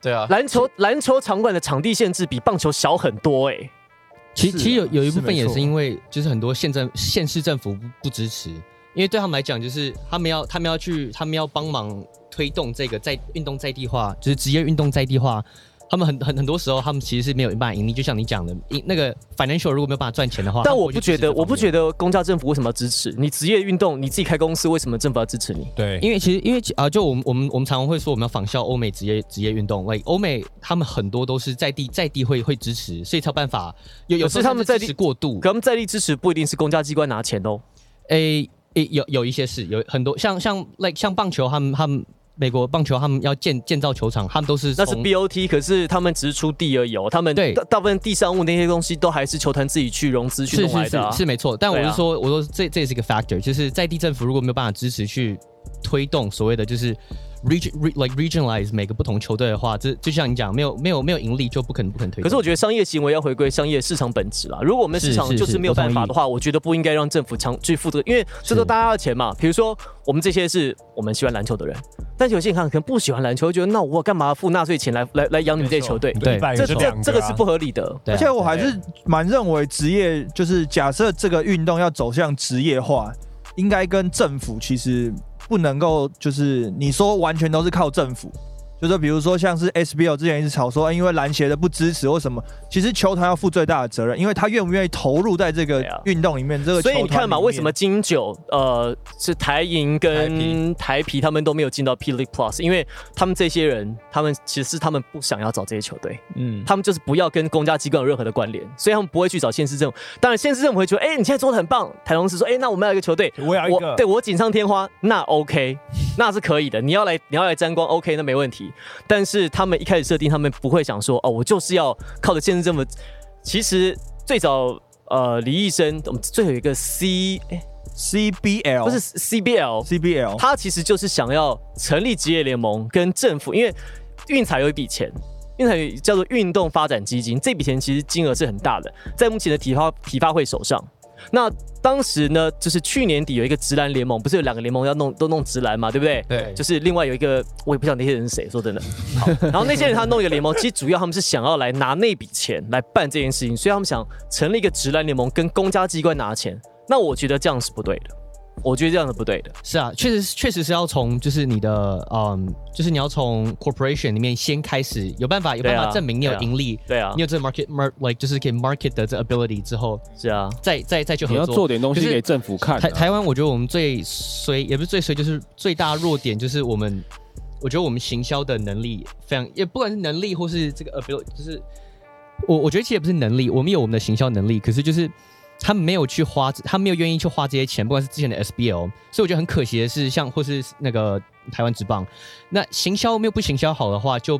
[SPEAKER 7] 对啊，
[SPEAKER 6] 篮球篮球场馆的场地限制比棒球小很多哎、
[SPEAKER 10] 其
[SPEAKER 2] 是啊
[SPEAKER 10] 其实有有一
[SPEAKER 2] 是
[SPEAKER 10] 部分
[SPEAKER 2] 没
[SPEAKER 10] 也
[SPEAKER 2] 错
[SPEAKER 10] 是因为就是很多县政县市政府不不支持，因为对他们来讲就是他们要他们要去他们要帮忙推动这个在运动在地化，就是职业运动在地化。他们很很很多时候，他们其实是没有办法盈利，就像你讲的，因那个 financial 如果没有办法赚钱的话，
[SPEAKER 6] 但我不觉得，我不觉
[SPEAKER 10] 得，
[SPEAKER 6] 得公家政府为什么要支持你职业运动？你自己开公司，为什么政府要支持你？
[SPEAKER 5] 对，
[SPEAKER 10] 因为其实因为啊、就我们我们我们常常会说我们要仿效欧美职业职业运动，like 欧美他们很多都是在地在地会会支持，所以才有办法有有时
[SPEAKER 6] 可
[SPEAKER 10] 候
[SPEAKER 6] 是他们在
[SPEAKER 10] 甚至
[SPEAKER 6] 地
[SPEAKER 10] 支持过度，
[SPEAKER 6] 可他们在地支持不一定是公家机关拿钱哦。
[SPEAKER 10] 诶、诶有有一些是有很多像像 like 像棒球，他们他们美国棒球他们要建建造球场，他们都是
[SPEAKER 6] 那是
[SPEAKER 10] 从
[SPEAKER 6] BOT，可是他们只是出地而已哦。他们
[SPEAKER 10] 对
[SPEAKER 6] 大大部分地上物那些东西都还是球团自己去融资去
[SPEAKER 10] 是
[SPEAKER 6] 弄来
[SPEAKER 10] 是
[SPEAKER 6] 的、啊
[SPEAKER 10] 是是没错，但我
[SPEAKER 6] 对
[SPEAKER 10] 是
[SPEAKER 6] 啊
[SPEAKER 10] 说，我说这这也是一个 factor，就是在地政府如果没有办法支持去推动所谓的就是 region re, like regionalize 每个不同球队的话，这就像你讲，没有没有没有盈利就不可能不可能推动。
[SPEAKER 6] 可是我觉得商业行为要回归商业市场本质啦。如果我们市
[SPEAKER 10] 是
[SPEAKER 6] 场
[SPEAKER 10] 是
[SPEAKER 6] 就是
[SPEAKER 10] 是
[SPEAKER 6] 没有
[SPEAKER 10] 我同
[SPEAKER 6] 办法
[SPEAKER 10] 意
[SPEAKER 6] 的话，我觉得不应该让政府强去负责，因为这都
[SPEAKER 10] 是
[SPEAKER 6] 大家的钱嘛。比如说我们这些是我们喜欢篮球的人，但是有些人看可能不喜欢篮球，觉得那我干嘛付纳税钱来来来养你们这些球队？
[SPEAKER 10] 对
[SPEAKER 5] 一百
[SPEAKER 6] 这
[SPEAKER 5] 个
[SPEAKER 6] 这
[SPEAKER 5] 就
[SPEAKER 6] 这
[SPEAKER 5] 两
[SPEAKER 6] 这
[SPEAKER 5] 个
[SPEAKER 6] 个
[SPEAKER 5] 啊
[SPEAKER 6] 是不合理的。
[SPEAKER 10] 对啊
[SPEAKER 2] 而且我还是蛮认为职业就是假设这个运动要走向职业化，应该跟政府其实不能够就是你说完全都是靠政府，就是比如说像是 SBL 之前一直吵说，哎因为篮协的不支持或什么，其实球团要负最大的责任，因为他愿不愿意投入在这个
[SPEAKER 6] 对啊
[SPEAKER 2] 运动里面，这个
[SPEAKER 6] 所以你
[SPEAKER 2] 球团
[SPEAKER 6] 看嘛，
[SPEAKER 2] 里面
[SPEAKER 6] 为什么金九呃是台银跟台皮他们都没有进到 P League Plus？因为他们这些人，他们其实是他们不想要找这些球队，
[SPEAKER 4] 嗯，
[SPEAKER 6] 他们就是不要跟公家机关有任何的关联，所以他们不会去找县市政府。当然，县市政府会觉得，哎、你现在做的很棒。台中市说，哎、那我们要一个球队，
[SPEAKER 5] 我要一
[SPEAKER 6] 我
[SPEAKER 5] 个，
[SPEAKER 6] 对我锦上添花，那 OK，那是可以的。你要来，你要来沾光，OK，那没问题。但是他们一开始设定，他们不会想说，哦，我就是要靠着县市政府。其实最早，呃，李医生，我们最后有一个 C，哎、
[SPEAKER 2] CBL
[SPEAKER 6] 不是 CBL，
[SPEAKER 2] CBL，
[SPEAKER 6] 他其实就是想要成立职业联盟跟政府，因为运彩有一笔钱，运彩有叫做运动发展基金，这笔钱其实金额是很大的，在目前的体发体发会手上。那当时呢，就是去年底有一个直男联盟，不是有两个联盟要弄都弄直男嘛，对不对？
[SPEAKER 7] 对
[SPEAKER 6] 就是另外有一个，我也不知道那些人是谁，说真的。好，然后那些人他弄一个联盟，其实主要他们是想要来拿那笔钱来办这件事情，所以他们想成立一个直男联盟，跟公家机关拿钱。那我觉得这样是不对的，我觉得这样是不对的。
[SPEAKER 10] 是啊，确实是确实是要从就是你的嗯，就是你要从 corporation 里面先开始有办法有办
[SPEAKER 6] 对
[SPEAKER 10] 法
[SPEAKER 6] 啊
[SPEAKER 10] 证明你有
[SPEAKER 6] 对啊
[SPEAKER 10] 盈利，
[SPEAKER 6] 对啊
[SPEAKER 10] 你，有这个 market mar like 就是可以 market 的这 ability 之后，
[SPEAKER 6] 是啊，
[SPEAKER 10] 再再再去
[SPEAKER 3] 你
[SPEAKER 10] 合
[SPEAKER 3] 要
[SPEAKER 10] 作。
[SPEAKER 3] 做点东西
[SPEAKER 10] 可是
[SPEAKER 3] 给政府看、
[SPEAKER 10] 台
[SPEAKER 3] 啊。
[SPEAKER 10] 台湾，我觉得我们最衰，也不是最衰，就是最大弱点就是我们，我觉得我们行销的能力非常，也不管是能力或是这个 ability，就是我我觉得其实也不是能力，我们有我们的行销能力，可是就是他们没有去花，他们没有愿意去花这些钱，不管是之前的 SBL，所以我觉得很可惜的是，像或是那个台湾职棒，那行销没有不行销好的话，就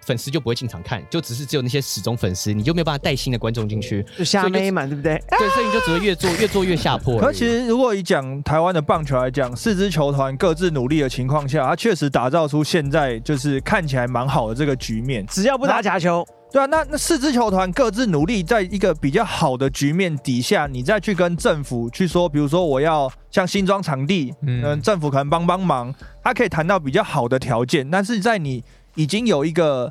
[SPEAKER 10] 粉丝就不会进场看，就只是只有那些死忠粉丝，你就没有办法带新的观众进去，
[SPEAKER 1] 就瞎妹嘛，对不对？
[SPEAKER 10] 对，所以你就只会越做越做越下坡而已。
[SPEAKER 2] 可是其实，如果以讲台湾的棒球来讲，四支球团各自努力的情况下，它确实打造出现在就是看起来蛮好的这个局面。
[SPEAKER 1] 只要不打假球，
[SPEAKER 2] 对啊，那那四支球团各自努力，在一个比较好的局面底下，你再去跟政府去说，比如说我要像新庄场地，
[SPEAKER 7] 嗯
[SPEAKER 2] 嗯，政府可能帮帮忙，他可以谈到比较好的条件，但是在你已经有一个。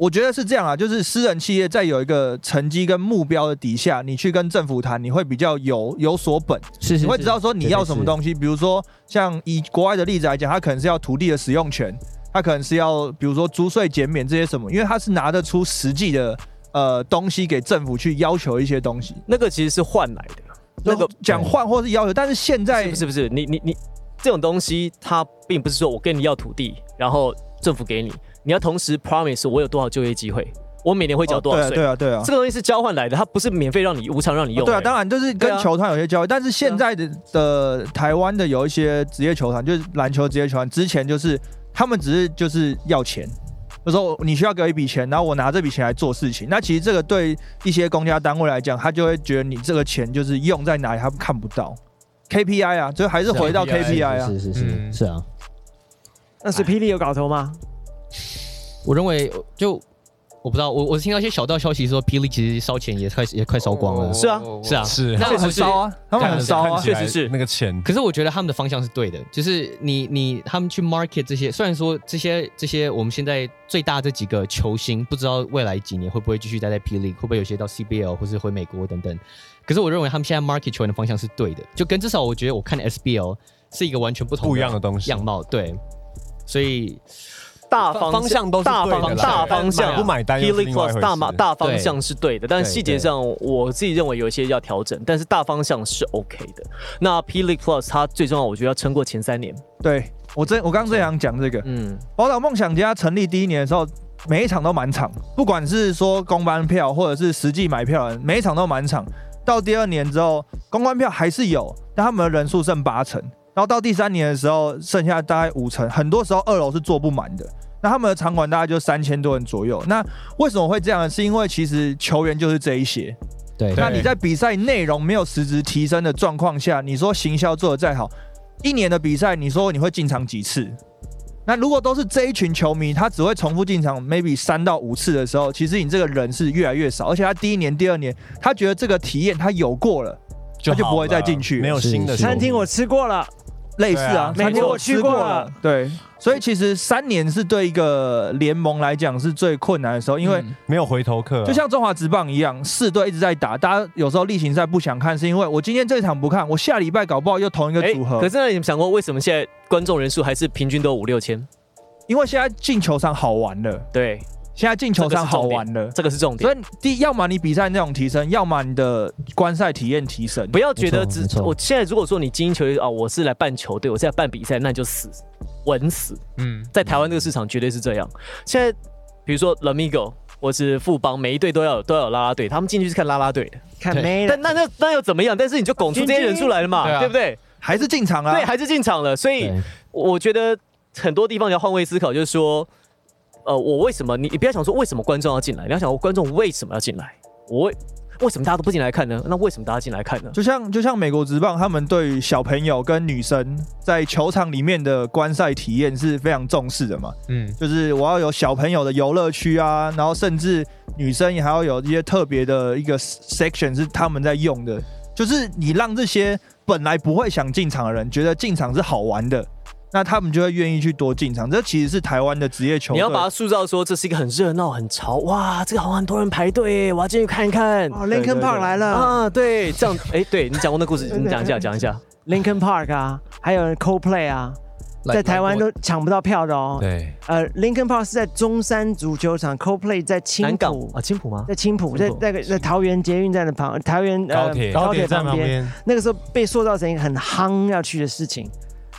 [SPEAKER 2] 我觉得是这样啊，就是私人企业在有一个成绩跟目标的底下，你去跟政府谈，你会比较有有所本。
[SPEAKER 10] 是是
[SPEAKER 2] 你会知
[SPEAKER 10] 是
[SPEAKER 2] 道说你要什么东西。比如说，像以国外的例子来讲，它可能是要土地的使用权，它可能是要比如说租税减免这些什么，因为它是拿得出实际的呃东西给政府去要求一些东西。
[SPEAKER 6] 那个其实是换来的，那个
[SPEAKER 2] 就讲换或是要求，但是现在
[SPEAKER 6] 是不是不是？你你你这种东西，它并不是说我跟你要土地，然后政府给你，你要同时 promise 我有多少就业机会，我每年会交多少
[SPEAKER 2] 哦
[SPEAKER 6] 税、
[SPEAKER 2] 对啊，对啊，对啊。
[SPEAKER 6] 这个东西是交换来的，它不是免费让你无偿让你用、
[SPEAKER 2] 哦对啊，
[SPEAKER 6] 欸
[SPEAKER 2] 当然就是
[SPEAKER 6] 对
[SPEAKER 2] 跟
[SPEAKER 6] 啊
[SPEAKER 2] 球团有些交易，但是现在的的台湾的有一些职业球团，就是篮球职业球团，之前就是他们只是就是要钱，就说你需要给我一笔钱，然后我拿这笔钱来做事情。那其实这个对一些公家单位来讲，他就会觉得你这个钱就是用在哪里，他们看不到 KPI 啊，就还是回到 KPI 啊。
[SPEAKER 10] 是是
[SPEAKER 7] 嗯
[SPEAKER 10] 是是啊。
[SPEAKER 1] 那是霹雳有搞头吗？
[SPEAKER 10] 我认为就我不知道，我我听到一些小道消息说，霹雳其实烧钱也快也快烧光
[SPEAKER 5] 哦
[SPEAKER 10] 了。
[SPEAKER 1] 是啊
[SPEAKER 10] 是啊，
[SPEAKER 5] 是
[SPEAKER 10] 那
[SPEAKER 2] 他们很烧啊，他们很烧啊，
[SPEAKER 6] 确实是
[SPEAKER 5] 那个钱。
[SPEAKER 10] 可是我觉得他们的方向是对的，就是你你他们去 market 这些，虽然说这些这些我们现在最大这几个球星，不知道未来几年会不会继续待在 P League，会不会有些到 CBL 或是回美国等等。可是我认为他们现在 market 球员的方向是对的，就跟至少我觉得我看 SBL 是一个完全不同
[SPEAKER 5] 不一样的东西
[SPEAKER 10] 样貌，对，所以
[SPEAKER 6] 大
[SPEAKER 5] 方
[SPEAKER 6] 方
[SPEAKER 5] 方向都是
[SPEAKER 6] 大
[SPEAKER 5] 对的
[SPEAKER 6] 方
[SPEAKER 5] 啦
[SPEAKER 6] 大方向
[SPEAKER 5] 买不买单
[SPEAKER 6] p
[SPEAKER 5] 又
[SPEAKER 6] e l
[SPEAKER 5] 是
[SPEAKER 6] i
[SPEAKER 5] 另外一
[SPEAKER 6] Plus
[SPEAKER 5] 回
[SPEAKER 6] 大
[SPEAKER 5] 事
[SPEAKER 6] 嘛大方向是对的，但
[SPEAKER 10] 对
[SPEAKER 6] 细节上我自己认为有一些要调整，但是大方向是 OK 的。那 p e l i Plus 它最重要，我觉得要撑过前三年。
[SPEAKER 2] 对我真我刚刚正想讲这个，
[SPEAKER 6] 嗯，
[SPEAKER 2] 宝岛梦想家成立第一年的时候，每一场都满场，不管是说公班票或者是实际买票的人，每一场都满场。到第二年之后，公关票还是有，但他们的人数剩八成。然后到第三年的时候，剩下大概五成，很多时候二楼是坐不满的。那他们的场馆大概就三千多人左右。那为什么会这样呢？是因为其实球员就是这一些，
[SPEAKER 10] 对
[SPEAKER 2] 那你在比赛内容没有实质提升的状况下，你说行销做得再好，一年的比赛，你说你会进场几次？那如果都是这一群球迷，他只会重复进场，maybe 三到五次的时候，其实你这个人是越来越少，而且他第一年、第二年，他觉得这个体验他有过了，
[SPEAKER 5] 就
[SPEAKER 2] 他就
[SPEAKER 5] 好
[SPEAKER 2] 不会再
[SPEAKER 5] 了
[SPEAKER 2] 进去
[SPEAKER 5] 没有
[SPEAKER 10] 是
[SPEAKER 5] 新的
[SPEAKER 10] 是
[SPEAKER 5] 球
[SPEAKER 1] 餐厅我吃过了，
[SPEAKER 2] 类似
[SPEAKER 5] 对
[SPEAKER 2] 啊
[SPEAKER 5] 啊，
[SPEAKER 2] 他
[SPEAKER 1] 美国我去过了，
[SPEAKER 2] 对，所以其实三年是对一个联盟来讲是最困难的时候，因为
[SPEAKER 4] 嗯
[SPEAKER 5] 没有回头客啊，
[SPEAKER 2] 就像中华职棒一样，四队一直在打，大家有时候例行赛不想看，是因为我今天这场不看，我下礼拜搞不好又同一个
[SPEAKER 6] 哎
[SPEAKER 2] 组合。
[SPEAKER 6] 可是那你们想过为什么现在观众人数还是平均都五六千？
[SPEAKER 2] 因为现在进球场好玩了，
[SPEAKER 6] 对，
[SPEAKER 2] 现在进球场好玩了，
[SPEAKER 6] 这个是重点。
[SPEAKER 2] 所以第要么你比赛内容提升，要么你的观赛体验提升。
[SPEAKER 6] 不要觉得
[SPEAKER 8] 没错
[SPEAKER 6] 只
[SPEAKER 8] 没错
[SPEAKER 6] 我现在如果说你精英球队啊、我是来办球队，我是来办比赛，那你就死，稳死。
[SPEAKER 7] 嗯，
[SPEAKER 6] 在台湾这个市场绝对是这样。现在比如说 Lamigo 或是富邦，每一队都要有都要有啦啦队，他们进去是看啦啦队的。
[SPEAKER 1] 看
[SPEAKER 10] 对
[SPEAKER 1] 没了
[SPEAKER 6] 但。那那那又怎么样？但是你就拱出这些人数来了嘛，
[SPEAKER 7] 啊对啊
[SPEAKER 6] 对不对？
[SPEAKER 2] 还是进场啊，
[SPEAKER 6] 对，还是进场了。所以
[SPEAKER 10] 对
[SPEAKER 6] 我觉得很多地方你要换位思考，就是说，呃，我为什么你你不要想说为什么观众要进来，你要想观众为什么要进来？我为为什么大家都不进来看呢？那为什么大家进来看呢？
[SPEAKER 2] 就像就像美国职棒，他们对于小朋友跟女生在球场里面的观赛体验是非常重视的嘛。
[SPEAKER 7] 嗯，
[SPEAKER 2] 就是我要有小朋友的游乐区啊，然后甚至女生也还要有一些特别的一个 section 是他们在用的，就是你让这些本来不会想进场的人觉得进场是好玩的，那他们就会愿意去多进场。这其实是台湾的职业球
[SPEAKER 6] 你
[SPEAKER 2] 队
[SPEAKER 6] 要把它塑造说这是一个很热闹、很潮，哇，这个好像很多人排队耶，我要进去看一看。
[SPEAKER 1] 哦
[SPEAKER 2] 对
[SPEAKER 1] ，Linkin
[SPEAKER 2] 对
[SPEAKER 1] Park 来了
[SPEAKER 6] 啊，对，这样，哎，对你讲过那故 事，
[SPEAKER 1] 对
[SPEAKER 6] 你讲一下，讲一下。
[SPEAKER 1] ，Linkin Park 啊，还有 Coldplay 啊，在台湾都抢不到票的哦。
[SPEAKER 5] 对，
[SPEAKER 1] 呃，Linkin Park 是在中山足球场，Coldplay 在青
[SPEAKER 6] 南港
[SPEAKER 1] 浦
[SPEAKER 6] 啊，，青浦吗？
[SPEAKER 1] 在青浦，在
[SPEAKER 6] 青浦
[SPEAKER 1] 在在桃园捷运站的旁，桃园呃
[SPEAKER 5] 高铁
[SPEAKER 1] 高
[SPEAKER 8] 高
[SPEAKER 1] 铁
[SPEAKER 8] 铁站
[SPEAKER 1] 旁
[SPEAKER 8] 旁
[SPEAKER 1] 边。
[SPEAKER 8] 边，
[SPEAKER 1] 那个时候被塑造成一个很夯要去的事情。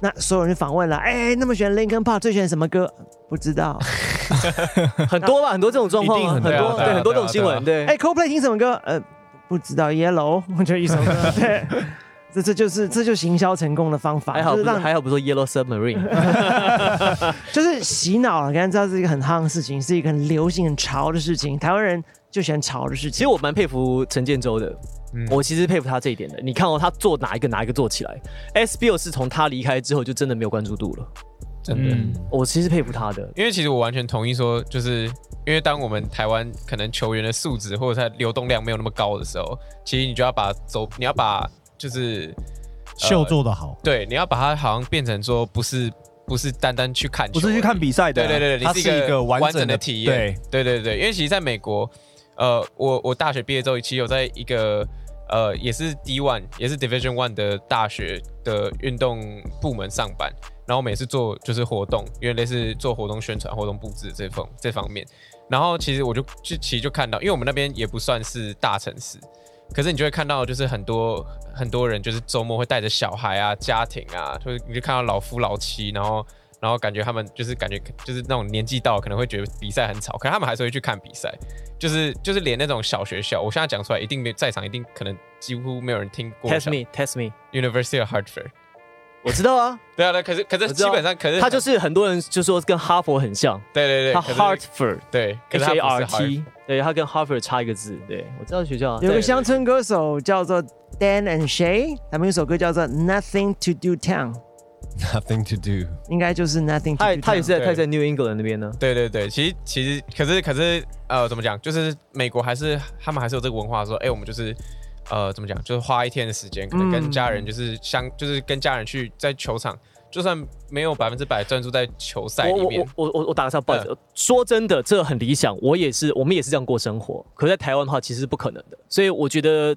[SPEAKER 1] 那所有人访问了，哎、那么喜欢 Linkin Park，最喜欢什么歌？不知道。
[SPEAKER 6] 很多吧，很多这种状况啊，
[SPEAKER 5] 一定很多
[SPEAKER 6] 多，
[SPEAKER 7] 对啊对
[SPEAKER 6] 对，
[SPEAKER 7] 啊
[SPEAKER 6] 很多这种
[SPEAKER 7] 对
[SPEAKER 6] 新
[SPEAKER 7] 啊
[SPEAKER 6] 闻，对。
[SPEAKER 1] 哎、c o l d p l a y 听什么歌？呃，不知道。Yellow，我就一首歌。对，这这就是这就是行销成功的方法，
[SPEAKER 6] 还好
[SPEAKER 1] 就
[SPEAKER 6] 不
[SPEAKER 1] 是
[SPEAKER 6] 是
[SPEAKER 1] 让
[SPEAKER 6] 还好不是说 Yellow Submarine，
[SPEAKER 1] 就是洗脑了。刚才知道是一个很夯的事情，是一个很流行、很潮的事情，台湾人就喜欢潮的事
[SPEAKER 6] 其实
[SPEAKER 1] 情。
[SPEAKER 6] 我蛮佩服陈建州的，
[SPEAKER 7] 嗯
[SPEAKER 6] 我其实佩服他这一点的。你看哦，他做哪一个哪一个做起来，SBO 是从他离开之后就真的没有关注度了，
[SPEAKER 7] 真的。
[SPEAKER 2] 嗯
[SPEAKER 6] 我其实佩服他的。
[SPEAKER 7] 因为其实我完全同意说，就是因为当我们台湾可能球员的素质或者他流动量没有那么高的时候，其实你就要把走，你要把就是
[SPEAKER 5] 呃
[SPEAKER 8] 秀做得好，
[SPEAKER 7] 对，你要把它好像变成说不是不是单单去看球，
[SPEAKER 2] 不是去看比赛的、啊
[SPEAKER 7] 对对对，对
[SPEAKER 5] 它
[SPEAKER 7] 你
[SPEAKER 5] 是一个完
[SPEAKER 7] 完
[SPEAKER 5] 整
[SPEAKER 7] 整
[SPEAKER 5] 的
[SPEAKER 7] 体验。对对对，因为其实在美国，呃，我我大学毕业之后，其实有在一个呃也是 D one 也是 Division one 的大学的运动部门上班，然后我们也是做就是活动，因为类似做活动宣传、活动布置这方这方面。然后其实我就就其实就看到，因为我们那边也不算是大城市，可是你就会看到，就是很多很多人就是周末会带着小孩啊、家庭啊，就是你就看到老夫老妻，然后然后感觉他们就是感觉就是那种年纪到了可能会觉得比赛很吵，可是他们还是会去看比赛，就是就是连那种小学校，我现在讲出来一定没在场，一定可能几乎没有人听过
[SPEAKER 6] Test me, test me，
[SPEAKER 7] University of Hartford。
[SPEAKER 6] 我知道 啊，
[SPEAKER 7] 对啊，对可是可
[SPEAKER 6] 我
[SPEAKER 7] 是
[SPEAKER 6] 知
[SPEAKER 7] 基
[SPEAKER 6] 道
[SPEAKER 7] 本上可是
[SPEAKER 6] 他就是很多人就说跟哈佛很像，
[SPEAKER 7] 对对对，
[SPEAKER 6] 他
[SPEAKER 7] 可是
[SPEAKER 6] Hartford
[SPEAKER 7] 对，可
[SPEAKER 6] H
[SPEAKER 7] 是他
[SPEAKER 6] A
[SPEAKER 7] 不
[SPEAKER 6] R
[SPEAKER 7] 是 Hartford
[SPEAKER 6] T，对他跟 Harvard 差一个字，对我知道学校啊
[SPEAKER 1] 有个
[SPEAKER 7] 对
[SPEAKER 1] 乡村歌手叫做 Dan and Shay，他们有一首歌叫做《Nothing to Do Town》，
[SPEAKER 5] Nothing to do。
[SPEAKER 1] 应该就是 nothing。
[SPEAKER 6] 他也他也是在
[SPEAKER 7] 对
[SPEAKER 6] 他也在 New England 那边呢。
[SPEAKER 7] 对对对，其实其实可是可是呃，怎么讲？就是美国还是他们还是有这个文化说，哎，我们就是呃，怎么讲？就是花一天的时间，可能跟家人就是相，就是跟家人去在球场，就算没有百分之百专注在球赛
[SPEAKER 6] 我
[SPEAKER 7] 里
[SPEAKER 6] 我
[SPEAKER 7] 面，
[SPEAKER 6] 我我我打个岔，不好意思，说真的，这很理想，我也是，我们也是这样过生活。可在台湾的话，其实是不可能的。所以我觉得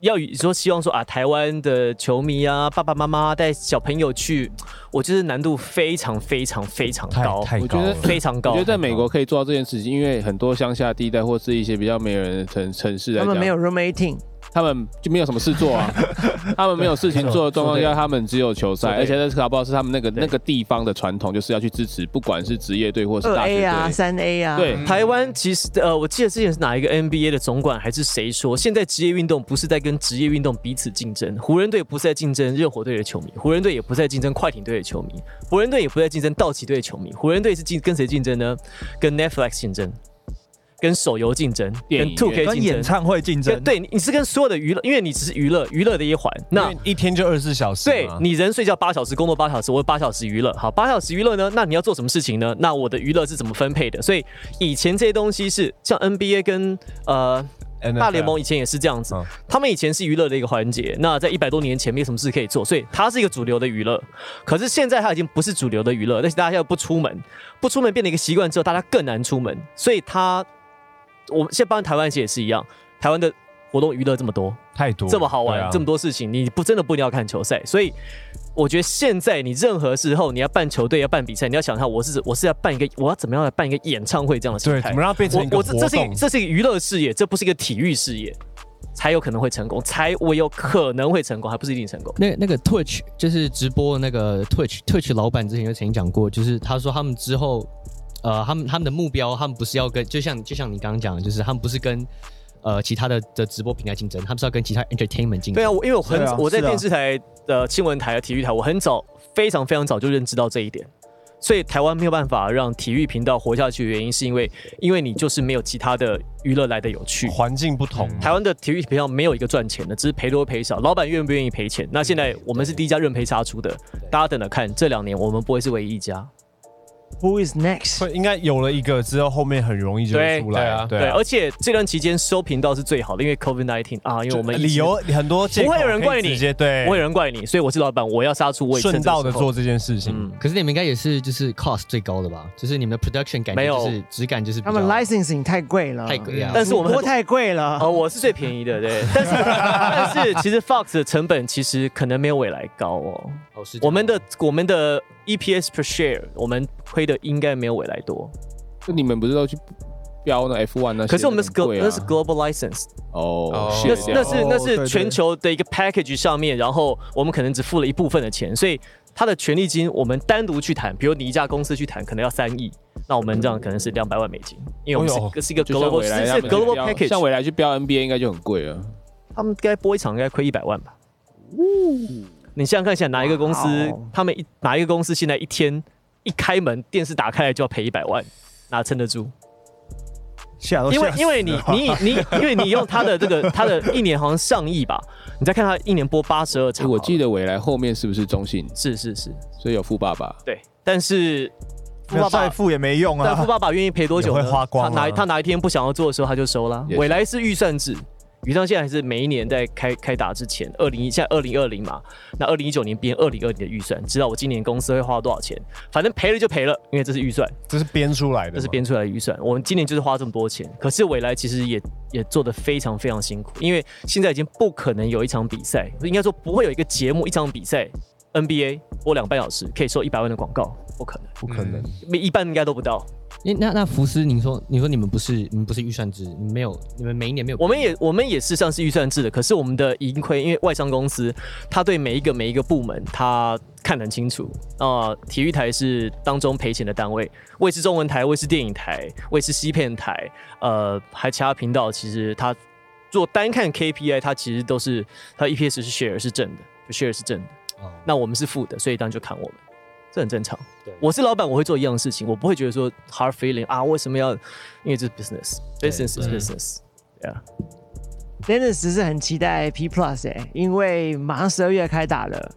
[SPEAKER 6] 要以说希望说啊，台湾的球迷啊，爸爸妈妈带小朋友去，我觉得难度非常非常非常高，
[SPEAKER 5] 太
[SPEAKER 3] 我觉得
[SPEAKER 6] 非常高。
[SPEAKER 3] 我觉得在美国可以做到这件事情，因为很多乡下地带或是一些比较没有人的城城市来
[SPEAKER 1] 他
[SPEAKER 3] 讲，
[SPEAKER 1] 们没有 roommating，
[SPEAKER 3] 他们就没有什么事做 啊，他们没有事情做的状况下，他们只有球赛，而且那搞不好是他们那个那个地方的传统，就是要去支持，不管是职业队或是
[SPEAKER 1] 二
[SPEAKER 3] 大学
[SPEAKER 1] A 啊，
[SPEAKER 3] 队。
[SPEAKER 1] 三 A 啊，
[SPEAKER 3] 对，
[SPEAKER 6] 台湾其实呃，我记得之前是哪一个 NBA 的总管还是谁说，现在职业运动不是在跟职业运动彼此竞争，湖人队不是在竞争热火队的球迷，湖人队也不是在竞争快艇队的球迷，湖人队也不是在竞争道奇队的球迷，湖人队是竞跟谁竞争呢？跟 Netflix 竞争，跟手游竞争，
[SPEAKER 3] 电
[SPEAKER 6] 跟
[SPEAKER 3] 影
[SPEAKER 6] Two
[SPEAKER 3] 院
[SPEAKER 6] K
[SPEAKER 2] 跟演
[SPEAKER 6] 竞争。
[SPEAKER 2] 唱会竞争
[SPEAKER 6] 跟，对，你你是跟所有的娱乐，因为你只是娱乐娱乐的一环。那
[SPEAKER 5] 因为一天就二十四小时
[SPEAKER 6] 对
[SPEAKER 5] 嘛，
[SPEAKER 6] 你人睡觉八小时，工作八小时，我有八小时娱乐。好，八小时娱乐呢？那你要做什么事情呢？那我的娱乐是怎么分配的？所以以前这些东西是像 NBA 跟呃
[SPEAKER 5] NFL
[SPEAKER 6] 大联盟以前也是这样子
[SPEAKER 5] 嗯，
[SPEAKER 6] 他们以前是娱乐的一个环节。那在一百多年前没有什么事可以做，所以它是一个主流的娱乐。可是现在它已经不是主流的娱乐，但是大家又不出门，不出门变成一个习惯之后，大家更难出门，所以它我们现在帮台湾其实也是一样，台湾的活动娱乐这么多，
[SPEAKER 5] 太多
[SPEAKER 6] 这么好玩，
[SPEAKER 5] 对啊
[SPEAKER 6] 这么多事情，你不真的不一定要看球赛。所以我觉得现在你任何时候你要办球队、要办比赛，你要想一下，我是我是要办一个，我要怎么样来办一个演唱会这样的心
[SPEAKER 5] 对，
[SPEAKER 6] 态
[SPEAKER 5] 怎么。让它变成一
[SPEAKER 6] 我
[SPEAKER 5] 个
[SPEAKER 6] 我
[SPEAKER 5] 活
[SPEAKER 6] 这这是一
[SPEAKER 5] 动？
[SPEAKER 6] 这是一个娱乐事业，这不是一个体育事业，才有可能会成功，才我有可能会成功，还不是一定成
[SPEAKER 5] 嗯
[SPEAKER 6] 功。
[SPEAKER 10] 那那个 Twitch 就是直播那个 Twitch Twitch 老板之前就曾经讲过，就是他说他们之后，呃，他们他们的目标，他们不是要跟，就像就像你刚刚讲的，就是他们不是跟呃其他的的直播平台竞争，他们是要跟其他 entertainment 竞争。
[SPEAKER 6] 对啊，我因为我很、
[SPEAKER 2] 对啊
[SPEAKER 6] 我在
[SPEAKER 2] 是啊
[SPEAKER 6] 电视台、呃新闻台、体育台，我很早非常非常早就认知到这一点，所以台湾没有办法让体育频道活下去的原因，是因为因为你就是没有其他的娱乐来的有趣。
[SPEAKER 5] 环境不同嘛，
[SPEAKER 6] 台湾的体育频道没有一个赚钱的，只是赔多赔少，老板愿不愿意赔钱？那现在我们是第一家认赔杀出的，大家等着看，这两年我们不会是唯一一家。
[SPEAKER 1] Who is next？
[SPEAKER 5] 会应该有了一个之后，后面很容易就
[SPEAKER 6] 对
[SPEAKER 5] 出来啊，
[SPEAKER 6] 对，而且这段期间收频道是最好的，因为 COVID 1 9啊，因为
[SPEAKER 5] 就
[SPEAKER 6] 我们疫情
[SPEAKER 5] 理由很多借口
[SPEAKER 6] 不会有人怪你
[SPEAKER 5] 可以直接对，
[SPEAKER 6] 不会有人怪你，所以我是老板，我要杀出，我也趁
[SPEAKER 5] 顺
[SPEAKER 6] 这个嗯
[SPEAKER 5] 道的
[SPEAKER 6] 时候
[SPEAKER 5] 做这件事情。
[SPEAKER 10] 可是你们应该也是就是 cost 最高的吧？就是你们的 production 感
[SPEAKER 6] 没
[SPEAKER 10] 觉
[SPEAKER 6] 有
[SPEAKER 10] 就是质感就是比
[SPEAKER 1] 他们
[SPEAKER 10] 较
[SPEAKER 1] licensing 太贵了，
[SPEAKER 10] 太贵啊
[SPEAKER 6] 但是我们
[SPEAKER 1] 主播太贵了
[SPEAKER 6] 哦，。我是最便宜的，对。 但是但是其实 Fox 的成本其实可能没有未来高哦。
[SPEAKER 10] 哦是这样
[SPEAKER 6] 我们的我们的 EPS per share，我们亏的应该没有未来多。
[SPEAKER 3] 就你们不是都去标那 F1 那些？
[SPEAKER 6] 可是我们是
[SPEAKER 3] 很
[SPEAKER 6] glo
[SPEAKER 3] 贵啊
[SPEAKER 6] 那是 global license，
[SPEAKER 3] 哦，
[SPEAKER 6] 那
[SPEAKER 7] 哦
[SPEAKER 3] 卸
[SPEAKER 6] 是
[SPEAKER 3] 掉
[SPEAKER 6] 那是那
[SPEAKER 2] 对
[SPEAKER 6] 是
[SPEAKER 2] 对
[SPEAKER 6] 全球的一个 package 上面，然后我们可能只付了一部分的钱，所以它的权利金我们单独去谈，比如你一家公司去谈，可能要三亿，那我们这样可能是两百万美金，因为我
[SPEAKER 5] 哎
[SPEAKER 6] 们是是一个
[SPEAKER 3] 哦就像
[SPEAKER 6] global
[SPEAKER 3] 未来
[SPEAKER 6] 是
[SPEAKER 3] 他
[SPEAKER 6] 是
[SPEAKER 3] 们去
[SPEAKER 6] global
[SPEAKER 3] 标
[SPEAKER 6] package，
[SPEAKER 3] 像未来去标 NBA 应该就很贵了。
[SPEAKER 6] 他们该播一场应该亏一百万吧？你想想看，一下哪一个公司
[SPEAKER 1] 哇哦，
[SPEAKER 6] 他们一哪一个公司现在一天一开门，电视打开来就要赔一百万，哪撑得住？
[SPEAKER 2] 吓哦都吓
[SPEAKER 6] 因为
[SPEAKER 2] 死
[SPEAKER 6] 因为你
[SPEAKER 2] 了
[SPEAKER 6] 你你，因为你用他的这个他的一年好像上亿吧，你再看他一年播八十二
[SPEAKER 3] 诶
[SPEAKER 6] 场，
[SPEAKER 3] 哎我记得未来后面是不是中信？
[SPEAKER 6] 是是是，
[SPEAKER 3] 所以有富爸爸。
[SPEAKER 6] 对，但是富
[SPEAKER 2] 没有
[SPEAKER 6] 爸
[SPEAKER 2] 再
[SPEAKER 6] 爸。
[SPEAKER 2] 富也没用
[SPEAKER 6] 但富
[SPEAKER 2] 啊。
[SPEAKER 6] 爸爸愿意赔多久呢？
[SPEAKER 5] 也会花光啊
[SPEAKER 6] 他哪他哪一天不想要做的时候，他就收了
[SPEAKER 3] 也。是
[SPEAKER 6] 未来是预算制，预算现在还是每一年在开开打之前，二零一现在二零二零嘛，那二零一九年编二零二零的预算，知道我今年公司会花多少钱，反正赔了就赔了，因为这是预算，
[SPEAKER 5] 这是编出来的吗，
[SPEAKER 6] 这是编出来的预算。我们今年就是花这么多钱，可是未来其实也也做得非常非常辛苦，因为现在已经不可能有一场比赛，应该说不会有一个节目一场比赛 NBA 播两个半小时可以收一百万的广告，不可能，
[SPEAKER 5] 不可能。
[SPEAKER 6] 一半应该都不到。
[SPEAKER 10] 诶那那福斯，你说你说你们不是你们不是预算制，你们没有你们每一年没有，
[SPEAKER 6] 我们也我们也是上是预算制的，可是我们的盈亏，因为外商公司，他对每一个每一个部门，他看得很清楚。啊、体育台是当中赔钱的单位，卫视中文台、卫视电影台、卫视西片台，呃，还有其他频道，其实它做单看 KPI，它其实都是它 EPS 是 share 是正的就，share 是正的，那我们是负的，所以当然就砍我们，这很正常。我是老板，我会做一样的事情，我不会觉得说 hard feeling 啊，为什么要？因为这是 business，business is business。
[SPEAKER 1] Dennis 是很期欸待 P Plus 哎、因为马上十二月开打了，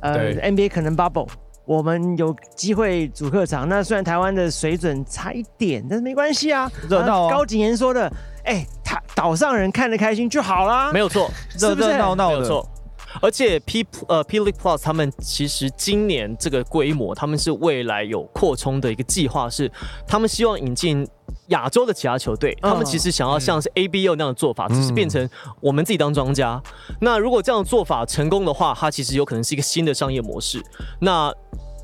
[SPEAKER 1] 呃
[SPEAKER 7] 对
[SPEAKER 1] ，NBA 可能 bubble，我们有机会主客场。那虽然台湾的水准差一点，但是没关系啊。
[SPEAKER 2] 热闹啊
[SPEAKER 1] 高景言说的，哎、他岛上人看得开心就好 啦。
[SPEAKER 6] 没有 错，
[SPEAKER 1] 是不是
[SPEAKER 2] 热热闹闹
[SPEAKER 6] 没
[SPEAKER 2] 的
[SPEAKER 6] 有错。而且 P 呃 P League Plus 他们其实今年这个规模，他们是未来有扩充的一个计划，是他们希望引进亚洲的其他球队。
[SPEAKER 1] 嗯
[SPEAKER 6] 他们其实想要像是 ABO 那样的做法，只是变成我们自己当庄家。那如果这样的做法成功的话，它其实有可能是一个新的商业模式。那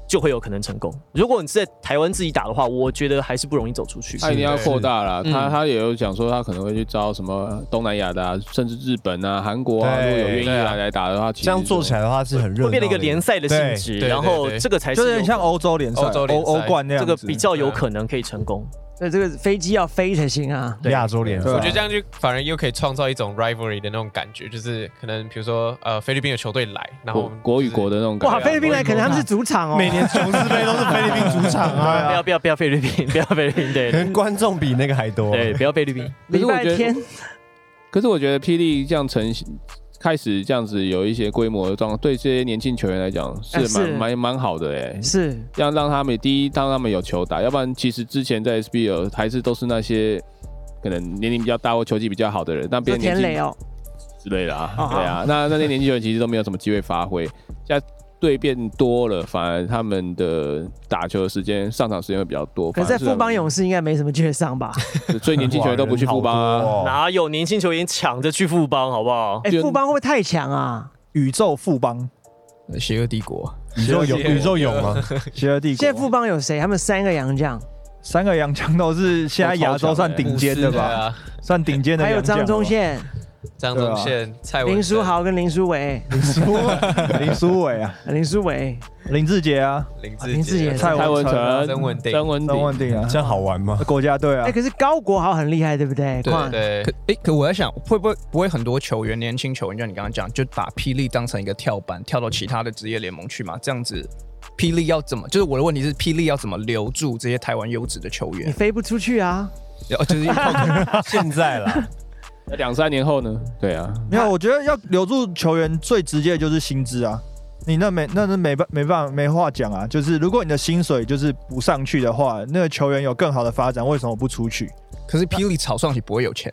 [SPEAKER 6] 就会有可能成功。如果你是在台湾自己打的话，我觉得还是不容易走出去。
[SPEAKER 3] 他一定要扩大啦，
[SPEAKER 6] 嗯
[SPEAKER 3] 他他也有讲说，他可能会去招什么东南亚的、啊，甚至日本啊、韩国啊，如
[SPEAKER 5] 对
[SPEAKER 3] 果有愿意
[SPEAKER 5] 对啊
[SPEAKER 3] 来来打的话，其实
[SPEAKER 5] 这样做起来的话是很热闹的，
[SPEAKER 6] 会变成一个联赛的性质，
[SPEAKER 7] 对对
[SPEAKER 6] 然后
[SPEAKER 7] 对
[SPEAKER 6] 这个才是
[SPEAKER 2] 就有
[SPEAKER 6] 有
[SPEAKER 2] 点像欧洲联赛、
[SPEAKER 7] 欧洲
[SPEAKER 2] 欧
[SPEAKER 7] 联赛
[SPEAKER 2] 欧冠那样
[SPEAKER 6] 这
[SPEAKER 2] 子
[SPEAKER 6] 个比较有可能可以成功。
[SPEAKER 1] 所以这个飞机要飞才行啊。
[SPEAKER 5] 对亚洲联赛。
[SPEAKER 2] 对啊
[SPEAKER 5] 我
[SPEAKER 7] 我觉得这样就反而又可以创造一种 rivalry 的那种感觉，就是可能比如说呃菲律宾有球队来，然后
[SPEAKER 3] 国
[SPEAKER 7] 我们
[SPEAKER 3] 国与
[SPEAKER 7] 就是
[SPEAKER 3] 国的那种感
[SPEAKER 1] 哦哇，
[SPEAKER 3] 觉。啊
[SPEAKER 1] 菲律宾来可能他们是主场哦。
[SPEAKER 8] 每年琼斯杯都是菲律宾主场啊。
[SPEAKER 6] 不要不要不要菲律宾， 不要菲律宾， 对
[SPEAKER 5] 可能观众比那个还多。
[SPEAKER 6] 对，不要菲律宾。
[SPEAKER 1] 礼拜天
[SPEAKER 3] 可是我觉得霹雳这样成开始这样子有一些规模的状况，对这些年轻球员来讲
[SPEAKER 1] 哎
[SPEAKER 3] 是
[SPEAKER 1] 是
[SPEAKER 3] 蛮蛮蛮好的哎、
[SPEAKER 1] 是
[SPEAKER 3] 这样让他们第一让他们有球打，要不然其实之前在 SBL 还是都是那些可能年龄比较大或球技比较好的人，但别
[SPEAKER 1] 做
[SPEAKER 3] 人年
[SPEAKER 1] 田
[SPEAKER 3] 纪
[SPEAKER 1] 磊哦，
[SPEAKER 3] 之类的啊，
[SPEAKER 1] 哦好
[SPEAKER 3] 对啊，那那些年轻球员其实都没有什么机会发挥，现在队变多了，反而他们的打球的时间、上场时间会比较多。
[SPEAKER 1] 可是在
[SPEAKER 3] 反而
[SPEAKER 1] 富邦
[SPEAKER 3] 他
[SPEAKER 1] 勇士应该没什么缺伤吧？
[SPEAKER 3] 们，所以年轻球员都不去
[SPEAKER 5] 哦
[SPEAKER 3] 富邦啊。
[SPEAKER 5] 哇，
[SPEAKER 6] 哪有年轻球员抢着去富邦，好不好？
[SPEAKER 1] 哎、
[SPEAKER 3] 就
[SPEAKER 1] 富邦会不会太强啊？
[SPEAKER 2] 宇宙富邦、
[SPEAKER 9] 邪恶帝国，
[SPEAKER 5] 宇宙有 宇宙有 吗？
[SPEAKER 2] 邪恶帝
[SPEAKER 1] 现在富
[SPEAKER 2] 国，
[SPEAKER 1] 邦有谁？他们三个洋将，
[SPEAKER 2] 三个洋将都是现在亚洲算顶尖的
[SPEAKER 7] 对
[SPEAKER 2] 吧？
[SPEAKER 7] 啊，
[SPEAKER 2] 算顶尖的
[SPEAKER 1] 还有
[SPEAKER 2] 洋将了哦
[SPEAKER 1] 张
[SPEAKER 2] 吧。
[SPEAKER 1] 宗宪、
[SPEAKER 7] 张
[SPEAKER 2] 对啊
[SPEAKER 7] 宗宪、蔡文
[SPEAKER 1] 林
[SPEAKER 7] 胜
[SPEAKER 1] 书、豪跟林书 伟、
[SPEAKER 2] 林书伟啊，
[SPEAKER 1] 林书伟，
[SPEAKER 2] 林志杰啊，
[SPEAKER 7] 林
[SPEAKER 1] 啊林
[SPEAKER 7] 志
[SPEAKER 1] 志
[SPEAKER 7] 杰
[SPEAKER 1] 杰、
[SPEAKER 2] 蔡
[SPEAKER 3] 蔡文
[SPEAKER 2] 文
[SPEAKER 3] 成、
[SPEAKER 7] 曾文鼎
[SPEAKER 3] 曾文
[SPEAKER 2] 张万
[SPEAKER 3] 鼎，
[SPEAKER 2] 定啊，
[SPEAKER 5] 这样好玩吗？
[SPEAKER 2] 国家队啊
[SPEAKER 1] 哎、，可是高国豪很厉害，对不对？
[SPEAKER 7] 对
[SPEAKER 1] 哇
[SPEAKER 7] 对
[SPEAKER 9] 可，哎、可我在想，会不会不会很多球员，年轻球员，就像你刚刚讲，就把霹雳当成一个跳板，跳到其他的职业联盟去嘛？这样子，霹雳要怎么？就是我的问题是，霹雳要怎么留住这些台湾优质的球
[SPEAKER 1] 你
[SPEAKER 9] 员？
[SPEAKER 1] 飞不出去啊！
[SPEAKER 9] 哦就是靠
[SPEAKER 5] 现在 啦，
[SPEAKER 3] 那两三年后呢？对啊，
[SPEAKER 2] 没有，我觉得要留住球员最直接的就是薪资啊。你那没那是没办没办法没话讲啊，就是如果你的薪水就是不上去的话，那个球员有更好的发展，为什么不出去？
[SPEAKER 9] 可是霹雳炒上去不会有钱，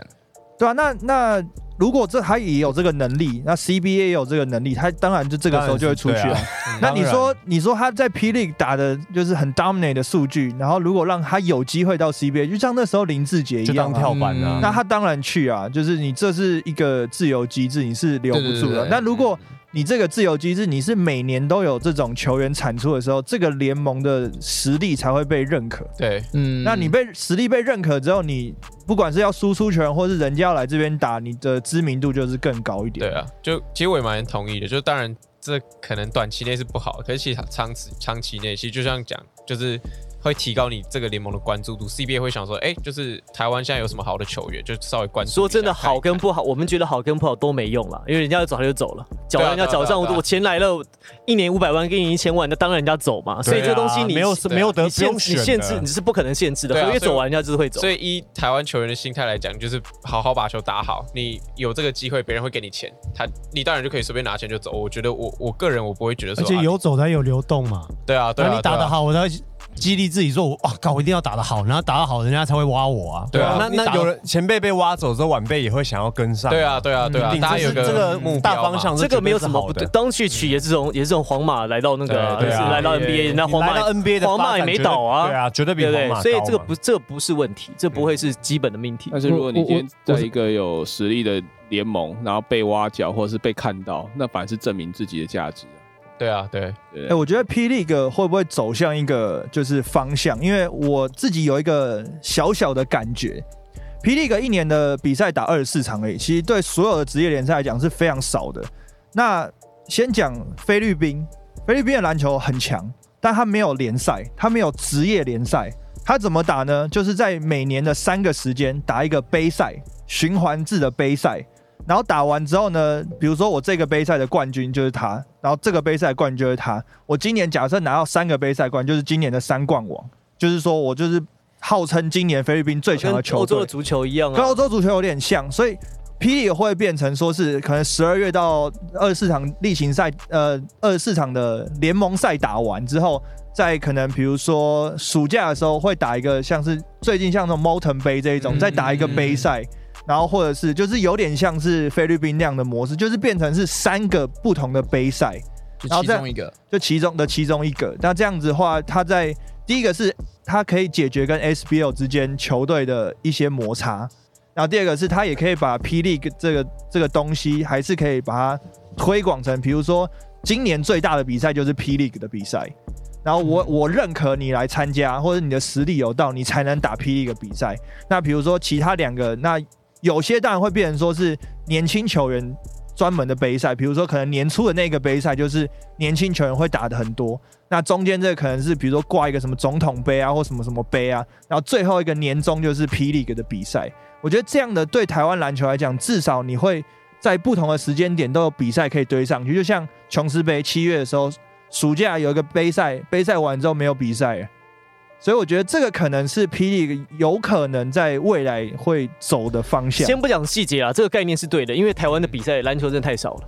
[SPEAKER 2] 对啊，那那如果这他也有这个能力，那 CBA 也有这个能力，他当然就这个时候就会出去
[SPEAKER 5] 当
[SPEAKER 2] 啊
[SPEAKER 5] 然。
[SPEAKER 8] 嗯
[SPEAKER 2] 那你
[SPEAKER 5] 嗯当
[SPEAKER 2] 说你说他在 P League 打的就是很 dominate 的数据，然后如果让他有机会到 CBA，就像那时候林志杰一
[SPEAKER 5] 就当
[SPEAKER 2] 样啊、
[SPEAKER 5] 跳板啊
[SPEAKER 9] 嗯。
[SPEAKER 2] 那他当然去啊，就是你这是一个自由机制，你是留不住
[SPEAKER 7] 对对对
[SPEAKER 2] 的。
[SPEAKER 7] 对
[SPEAKER 2] 那如果你这个自由机制，你是每年都有这种球员产出的时候，这个联盟的实力才会被认可。
[SPEAKER 7] 对
[SPEAKER 9] 嗯，
[SPEAKER 2] 那你被实力被认可之后，你不管是要输出球员，或是人家要来这边打，你的知名度就是更高一
[SPEAKER 7] 对
[SPEAKER 2] 点。
[SPEAKER 7] 啊，就其实我也蛮同意的，就当然这可能短期内是不好，可是其实长期长期内其实就像讲，就是会提高你这个联盟的关注度，CBA 会想说，哎、就是台湾现在有什么好的球员，就稍微关注一下。
[SPEAKER 6] 说真的，
[SPEAKER 7] 看一看
[SPEAKER 6] 好跟不好，我们觉得好跟不好都没用了，因为人家早就走了，缴
[SPEAKER 7] 对啊
[SPEAKER 6] 人家
[SPEAKER 7] 对啊
[SPEAKER 6] 缴账，
[SPEAKER 7] 对啊
[SPEAKER 6] 我钱来了，一年五百万给你一千万，那当然人家走嘛。所以这个东西你
[SPEAKER 5] 没有
[SPEAKER 7] 对啊
[SPEAKER 5] 没有得
[SPEAKER 6] 你
[SPEAKER 5] 不
[SPEAKER 6] 限
[SPEAKER 5] 用
[SPEAKER 6] 你
[SPEAKER 5] 选的
[SPEAKER 6] 限制你是不可能限制的，
[SPEAKER 7] 对啊
[SPEAKER 6] 合约
[SPEAKER 7] 所以
[SPEAKER 6] 走
[SPEAKER 7] 我
[SPEAKER 6] 完人家就是会走
[SPEAKER 7] 所。以以台湾球员的心态来讲，就是好好把球打好，你有这个机会，别人会给你钱，他你当然就可以随便拿钱就走。我觉得我我个人我不会觉得
[SPEAKER 8] 而
[SPEAKER 7] 说，
[SPEAKER 8] 且
[SPEAKER 7] 啊
[SPEAKER 8] 有走才有流动嘛。
[SPEAKER 7] 对啊对
[SPEAKER 8] 然
[SPEAKER 7] 啊，
[SPEAKER 8] 后你打
[SPEAKER 7] 对
[SPEAKER 8] 得
[SPEAKER 7] 啊，
[SPEAKER 8] 好，我才会激励自己说，我哇靠，我一定要打得好，然后打得好，人家才会挖我啊。
[SPEAKER 7] 对啊
[SPEAKER 5] 那
[SPEAKER 8] 你打
[SPEAKER 5] 那有人前辈被挖走之后，晚辈也会想要跟上。
[SPEAKER 7] 对啊对啊对啊，
[SPEAKER 5] 一定
[SPEAKER 7] 大家
[SPEAKER 5] 这
[SPEAKER 7] 有
[SPEAKER 5] 是
[SPEAKER 7] 个
[SPEAKER 5] 嗯这个
[SPEAKER 7] 目标嘛
[SPEAKER 5] 大方向，
[SPEAKER 6] 这个没有什么不对，
[SPEAKER 5] 的。
[SPEAKER 6] 当去取也是从也是从皇马来到那个啊，
[SPEAKER 5] 对
[SPEAKER 6] 就
[SPEAKER 5] 对
[SPEAKER 6] 是
[SPEAKER 5] 啊
[SPEAKER 6] 来到
[SPEAKER 7] 对
[SPEAKER 6] NBA，那
[SPEAKER 5] 你
[SPEAKER 6] 皇马
[SPEAKER 5] 来到 NBA 的
[SPEAKER 6] 皇马也没倒啊
[SPEAKER 5] 发展绝对对啊，绝对比
[SPEAKER 6] 对不
[SPEAKER 5] 皇
[SPEAKER 6] 对
[SPEAKER 5] 马？
[SPEAKER 6] 所以
[SPEAKER 5] 高
[SPEAKER 6] 这个
[SPEAKER 5] 嘛
[SPEAKER 6] 不这个不是问题，这不会是基本的命题
[SPEAKER 3] 但。是如果你今天
[SPEAKER 9] 我我
[SPEAKER 3] 在一个有实力的联盟，然后被挖角或者是被看到，那反而是证明自己的价值啊。
[SPEAKER 7] 对啊对，
[SPEAKER 3] 对不
[SPEAKER 2] 哎、
[SPEAKER 3] 对，
[SPEAKER 2] 我觉得 P League 会不会走向一个就是方向？因为我自己有一个小小的感觉，P League 一年的比赛打二十四场而已，其实对所有的职业联赛来讲是非常少的。那先讲菲律宾，菲律宾的篮球很强，但它没有联赛，它没有职业联赛，它怎么打呢？就是在每年的三个时间打一个杯赛，循环制的杯赛。然后打完之后呢，比如说我这个杯赛的冠军就是他，然后这个杯赛的冠军就是他。我今年假设拿到三个杯赛冠，就是今年的三冠王，就是说我就是号称今年菲律宾最强
[SPEAKER 6] 跟
[SPEAKER 2] 的球
[SPEAKER 6] 欧洲
[SPEAKER 2] 队
[SPEAKER 6] 的。足球一样
[SPEAKER 2] 跟
[SPEAKER 6] 啊
[SPEAKER 2] 欧，洲足球有点像，所以霹雳会变成说是可能十二月到二十四场例行赛，呃，二十四场的联盟赛打完之后，在可能比如说暑假的时候会打一个像是最近像那种 Mountain 杯这一种，再打一个杯赛，然后或者是就是有点像是菲律宾那样的模式，就是变成是三个不同的杯赛，
[SPEAKER 4] 就
[SPEAKER 2] 然后
[SPEAKER 4] 其
[SPEAKER 2] 这样
[SPEAKER 4] 中一个
[SPEAKER 2] 就其中的其中一个。那这样子的话，他在第一个是他可以解决跟 SBL 之间球队的一些摩擦，然后第二个是他也可以把霹雳这个这个东西，还是可以把它推广成，比如说今年最大的比赛就是霹雳的比赛。然后我我认可你来参加，或者你的实力有到，你才能打霹雳的比赛。那比如说其他两个，那有些当然会变成说是年轻球员专门的杯赛，比如说可能年初的那个杯赛就是年轻球员会打的很多，那中间这个可能是比如说挂一个什么总统杯啊，或什么什么杯啊，然后最后一个年终就是 P League 的比赛。我觉得这样的对台湾篮球来讲，至少你会在不同的时间点都有比赛可以堆上去，就像琼斯杯七月的时候，暑假有一个杯赛，杯赛完之后没有比赛了。所以我觉得这个可能是 P League 有可能在未来会走的方向。
[SPEAKER 6] 先不讲细节啊，这个概念是对的，因为台湾的比赛篮球真的太少了，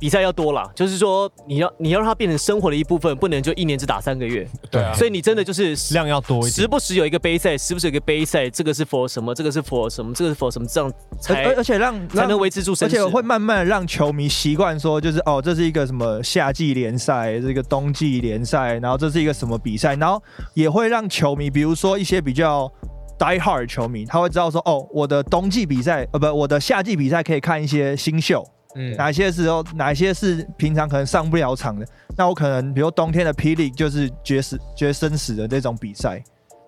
[SPEAKER 6] 比赛要多啦，就是说你要你要让它变成生活的一部分，不能就一年只打三个月。
[SPEAKER 8] 对啊
[SPEAKER 6] 所以你真的就是
[SPEAKER 8] 量要多一点。
[SPEAKER 6] 时不时有一个杯赛，时不时有一个杯赛，这个是 for 什么，这个是 for 什么，这个是 for 什么，这样
[SPEAKER 2] 而
[SPEAKER 6] 才
[SPEAKER 2] 而而且让
[SPEAKER 6] 才
[SPEAKER 2] 让
[SPEAKER 6] 能维持住
[SPEAKER 2] 而
[SPEAKER 6] 身势
[SPEAKER 2] 且。会慢慢让球迷习惯说，就是哦，这是一个什么夏季联赛，这个冬季联赛，然后这是一个什么比赛，然后也会让球迷，比如说一些比较 die hard 的球迷，他会知道说，哦，我的冬季比赛，呃，不，我的夏季比赛可以看一些新秀。
[SPEAKER 7] 嗯
[SPEAKER 2] 哪些时候，哪些是平常可能上不了场的？那我可能比如冬天的霹雳就是决死决生死的这种比赛，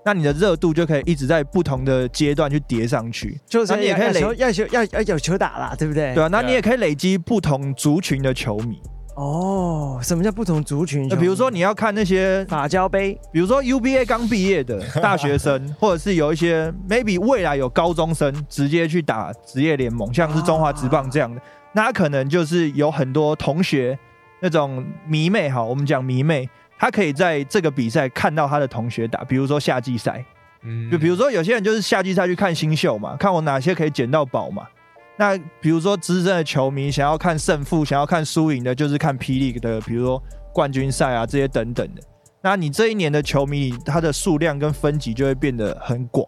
[SPEAKER 2] 那你的热度就可以一直在不同的阶段去叠上去，
[SPEAKER 1] 就是
[SPEAKER 2] 那你也可以累
[SPEAKER 1] 要要球要要有球打啦，对不对？
[SPEAKER 2] 对啊，那你也可以累积不同族群的球迷。
[SPEAKER 1] 哦，什么叫不同族群？
[SPEAKER 2] 呃那比如说你要看那些，
[SPEAKER 1] 法交杯，
[SPEAKER 2] 比如说 UBA 刚毕业的大学生，或者是有一些 maybe 未来有高中生直接去打职业联盟，像是中华职棒这样的，那他可能就是有很多同学那种迷妹，好，我们讲迷妹，他可以在这个比赛看到他的同学打，比如说夏季赛，
[SPEAKER 7] 嗯
[SPEAKER 2] 就比如说有些人就是夏季赛去看新秀嘛，看我哪些可以捡到宝嘛。那比如说资深的球迷想要看胜负、想要看输赢的，就是看霹雳的，比如说冠军赛啊这些等等的。那你这一年的球迷，他的数量跟分级就会变得很广。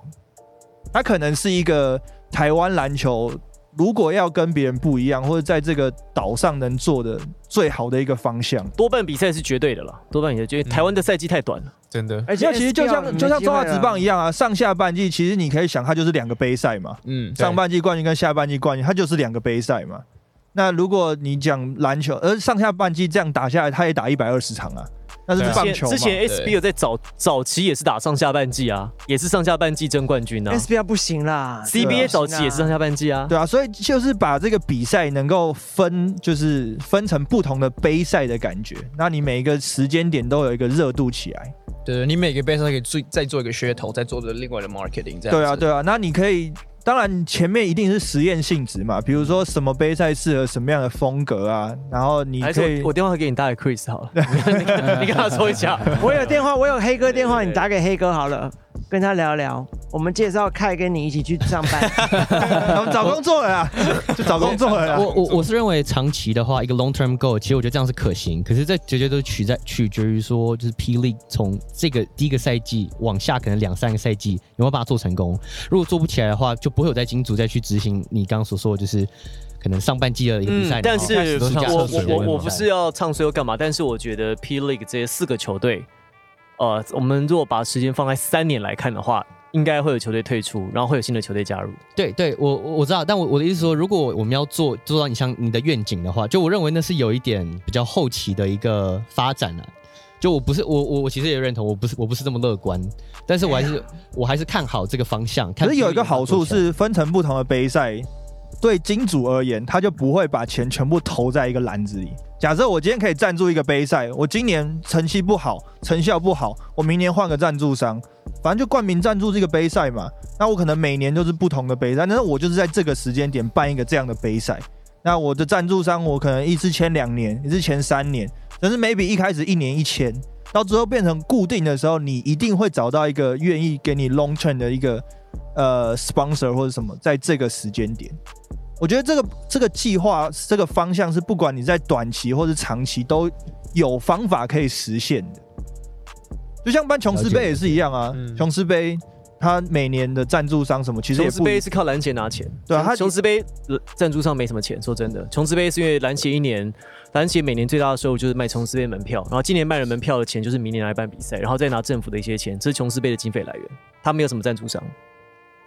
[SPEAKER 2] 它可能是一个台湾篮球如果要跟别人不一样，或者在这个岛上能做的最好的一个方向。
[SPEAKER 6] 多半比赛是绝对的了，多半比赛绝对。台湾的赛季太短了，
[SPEAKER 7] 真的，
[SPEAKER 1] 而且
[SPEAKER 2] 那哎其实就
[SPEAKER 1] SBL
[SPEAKER 2] 像就像中华职棒一
[SPEAKER 1] 样，
[SPEAKER 2] 样啊，上下半季其实你可以想，它就是两个杯赛嘛。
[SPEAKER 4] 嗯
[SPEAKER 2] 上半季冠军跟下半季冠军，它就是两个杯赛嘛。那如果你讲篮球，而上下半季这样打下来，他也打一百二十场啊，那是
[SPEAKER 7] 对啊
[SPEAKER 2] 棒球嘛
[SPEAKER 6] 之前 SBL 在早早期也是打上下半季啊，也是上下半季争冠军啊。
[SPEAKER 1] SBL 不行啦
[SPEAKER 6] CBA 早期也是上
[SPEAKER 1] 样。
[SPEAKER 6] 下半季啊，
[SPEAKER 2] 啊对啊，所以就是把这个比赛能够分，就是分成不同的杯赛的感觉。那你每一个时间点都有一个热度起来。
[SPEAKER 4] 对，你每个杯赛可以做再做一个噱头，再做着另外的 marketing 这样子。
[SPEAKER 2] 对啊，对啊，那你可以，当然前面一定是实验性质嘛，比如说什么杯赛适合什么样的风格啊，然后你
[SPEAKER 6] 还
[SPEAKER 2] 可
[SPEAKER 6] 是
[SPEAKER 2] 以
[SPEAKER 6] 我我。电话给你打给 Chris 好了，你跟他说一 下。
[SPEAKER 1] 我有电话，我有黑哥电话，你打给黑哥好了，跟他聊聊。我们介绍凯跟你一起去上 班，
[SPEAKER 2] 我 们找工作 了啦，就找工作
[SPEAKER 6] 啊
[SPEAKER 2] 了啦。啊
[SPEAKER 10] 我我我是认为长期的话，一个 long term goal，其实我觉得这样是可行。可是这绝对都取在取决于说，就是霹雳从这个第一个赛季往下，可能两三个赛季有没有把它做成功。如果做不起来的话，就不会有在金主再去执行你刚刚所说的，就是可能上半季的一个比赛、
[SPEAKER 6] 嗯但
[SPEAKER 10] 然后开
[SPEAKER 6] 是
[SPEAKER 10] 始都上
[SPEAKER 6] 我
[SPEAKER 10] 车
[SPEAKER 6] 我
[SPEAKER 10] 子
[SPEAKER 6] 我
[SPEAKER 10] 的
[SPEAKER 6] 我
[SPEAKER 10] 比
[SPEAKER 6] 不
[SPEAKER 10] 赛
[SPEAKER 6] 是要唱衰又干嘛？但是我觉得 P League 这些四个球队，呃，我们如果把时间放在三年来看的话，应该会有球队退出，然后会有新的球队加入。
[SPEAKER 10] 对对，我我我知道，但我我的意思说，如果我们要做做到你像你的愿景的话，就我认为那是有一点比较后期的一个发展啊。就我不是我我我其实也认同，我不是我不是这么乐观，但是我还是、我还是看好这个方向。
[SPEAKER 2] 哎可
[SPEAKER 10] 可
[SPEAKER 2] 是有一个好处，是分成不同的杯赛，对金主而言，他就不会把钱全部投在一个篮子里。假设我今天可以赞助一个杯赛，我今年成绩不好，成效不好，我明年换个赞助商，反正就冠名赞助这个杯赛嘛。那我可能每年都是不同的杯赛，但是我就是在这个时间点办一个这样的杯赛。那我的赞助商，我可能一次签两年，一次签三年，但是 maybe 一开始一年一签，到最后变成固定的时候，你一定会找到一个愿意给你 long term 的一个呃 sponsor 或者什么，在这个时间点。我觉得这个这个计划这个方向是，不管你在短期或是长期都有方法可以实现的。就像办琼斯杯也是一样啊，
[SPEAKER 6] 嗯
[SPEAKER 2] 琼斯杯它每年的赞助商什么，其实也
[SPEAKER 6] 琼斯
[SPEAKER 2] 不
[SPEAKER 6] 杯是靠篮协拿钱，
[SPEAKER 2] 对啊
[SPEAKER 6] 琼
[SPEAKER 2] 他嗯
[SPEAKER 6] 琼斯杯呃赞助商没什么钱，说真的，琼斯杯是因为篮协一年，篮协每年最大的收入就是卖琼斯杯门票，然后今年卖了门票的钱就是明年来办比赛，然后再拿政府的一些钱，这是琼斯杯的经费来源，他没有什么赞助商，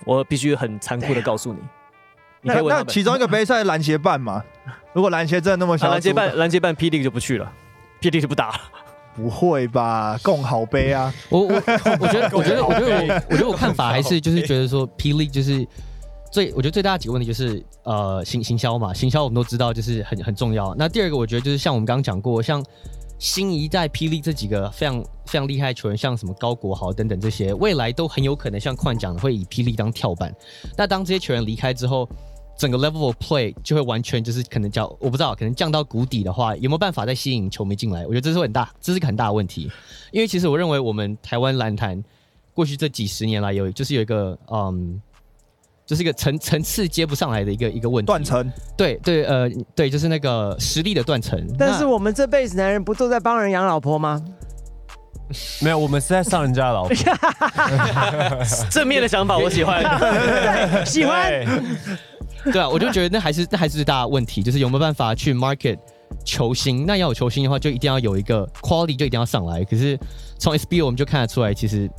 [SPEAKER 6] 我必须很残酷的告诉你，你可
[SPEAKER 2] 啊那
[SPEAKER 6] 以问他
[SPEAKER 2] 那
[SPEAKER 6] 们
[SPEAKER 2] 其中一个杯赛篮协办嘛，如果篮协真的那么想
[SPEAKER 6] 啊
[SPEAKER 2] 要
[SPEAKER 6] 篮协
[SPEAKER 2] 主打
[SPEAKER 6] 办篮协办 P League 就不去了，P League 就不打了。
[SPEAKER 2] 不会吧？共好杯啊！
[SPEAKER 10] 我我我觉得，我觉得，我觉得我，我觉得我看法还是就是觉得说，霹雳就是最，我觉得最大的几个问题就是呃，行行销嘛，行销我们都知道就是很很重要。那第二个，我觉得就是像我们刚刚讲过，像新一代霹雳这几个非常非常厉害的球员，像什么高国豪等等这些，未来都很有可能像宽讲的会以霹雳当跳板。那当这些球员离开之后。整个 level of play 就会完全就是可能叫我不知道，可能降到谷底的话，有没有办法再吸引球迷进来？我觉得这是很大，这是个很大的问题。因为其实我认为我们台湾篮坛过去这几十年来有就是有一个嗯，就是一个层层次接不上来的一个一个问题
[SPEAKER 2] 断层。
[SPEAKER 10] 对对呃对，就是那个实力的断层。
[SPEAKER 1] 但是
[SPEAKER 10] 那
[SPEAKER 1] 我们这辈子男人不都在帮人养老婆 吗？
[SPEAKER 5] 没有，我们是在上人家 的老婆。
[SPEAKER 6] 正面的想法我喜欢，
[SPEAKER 1] 喜欢
[SPEAKER 5] 对
[SPEAKER 10] 对啊，我就觉得那还是那还是最大的问题，就是有没有办法去 market 球星？那要有球星的话，就一定要有一个 quality，就一定要上来。可是从 SBO 我们就看得出来，其实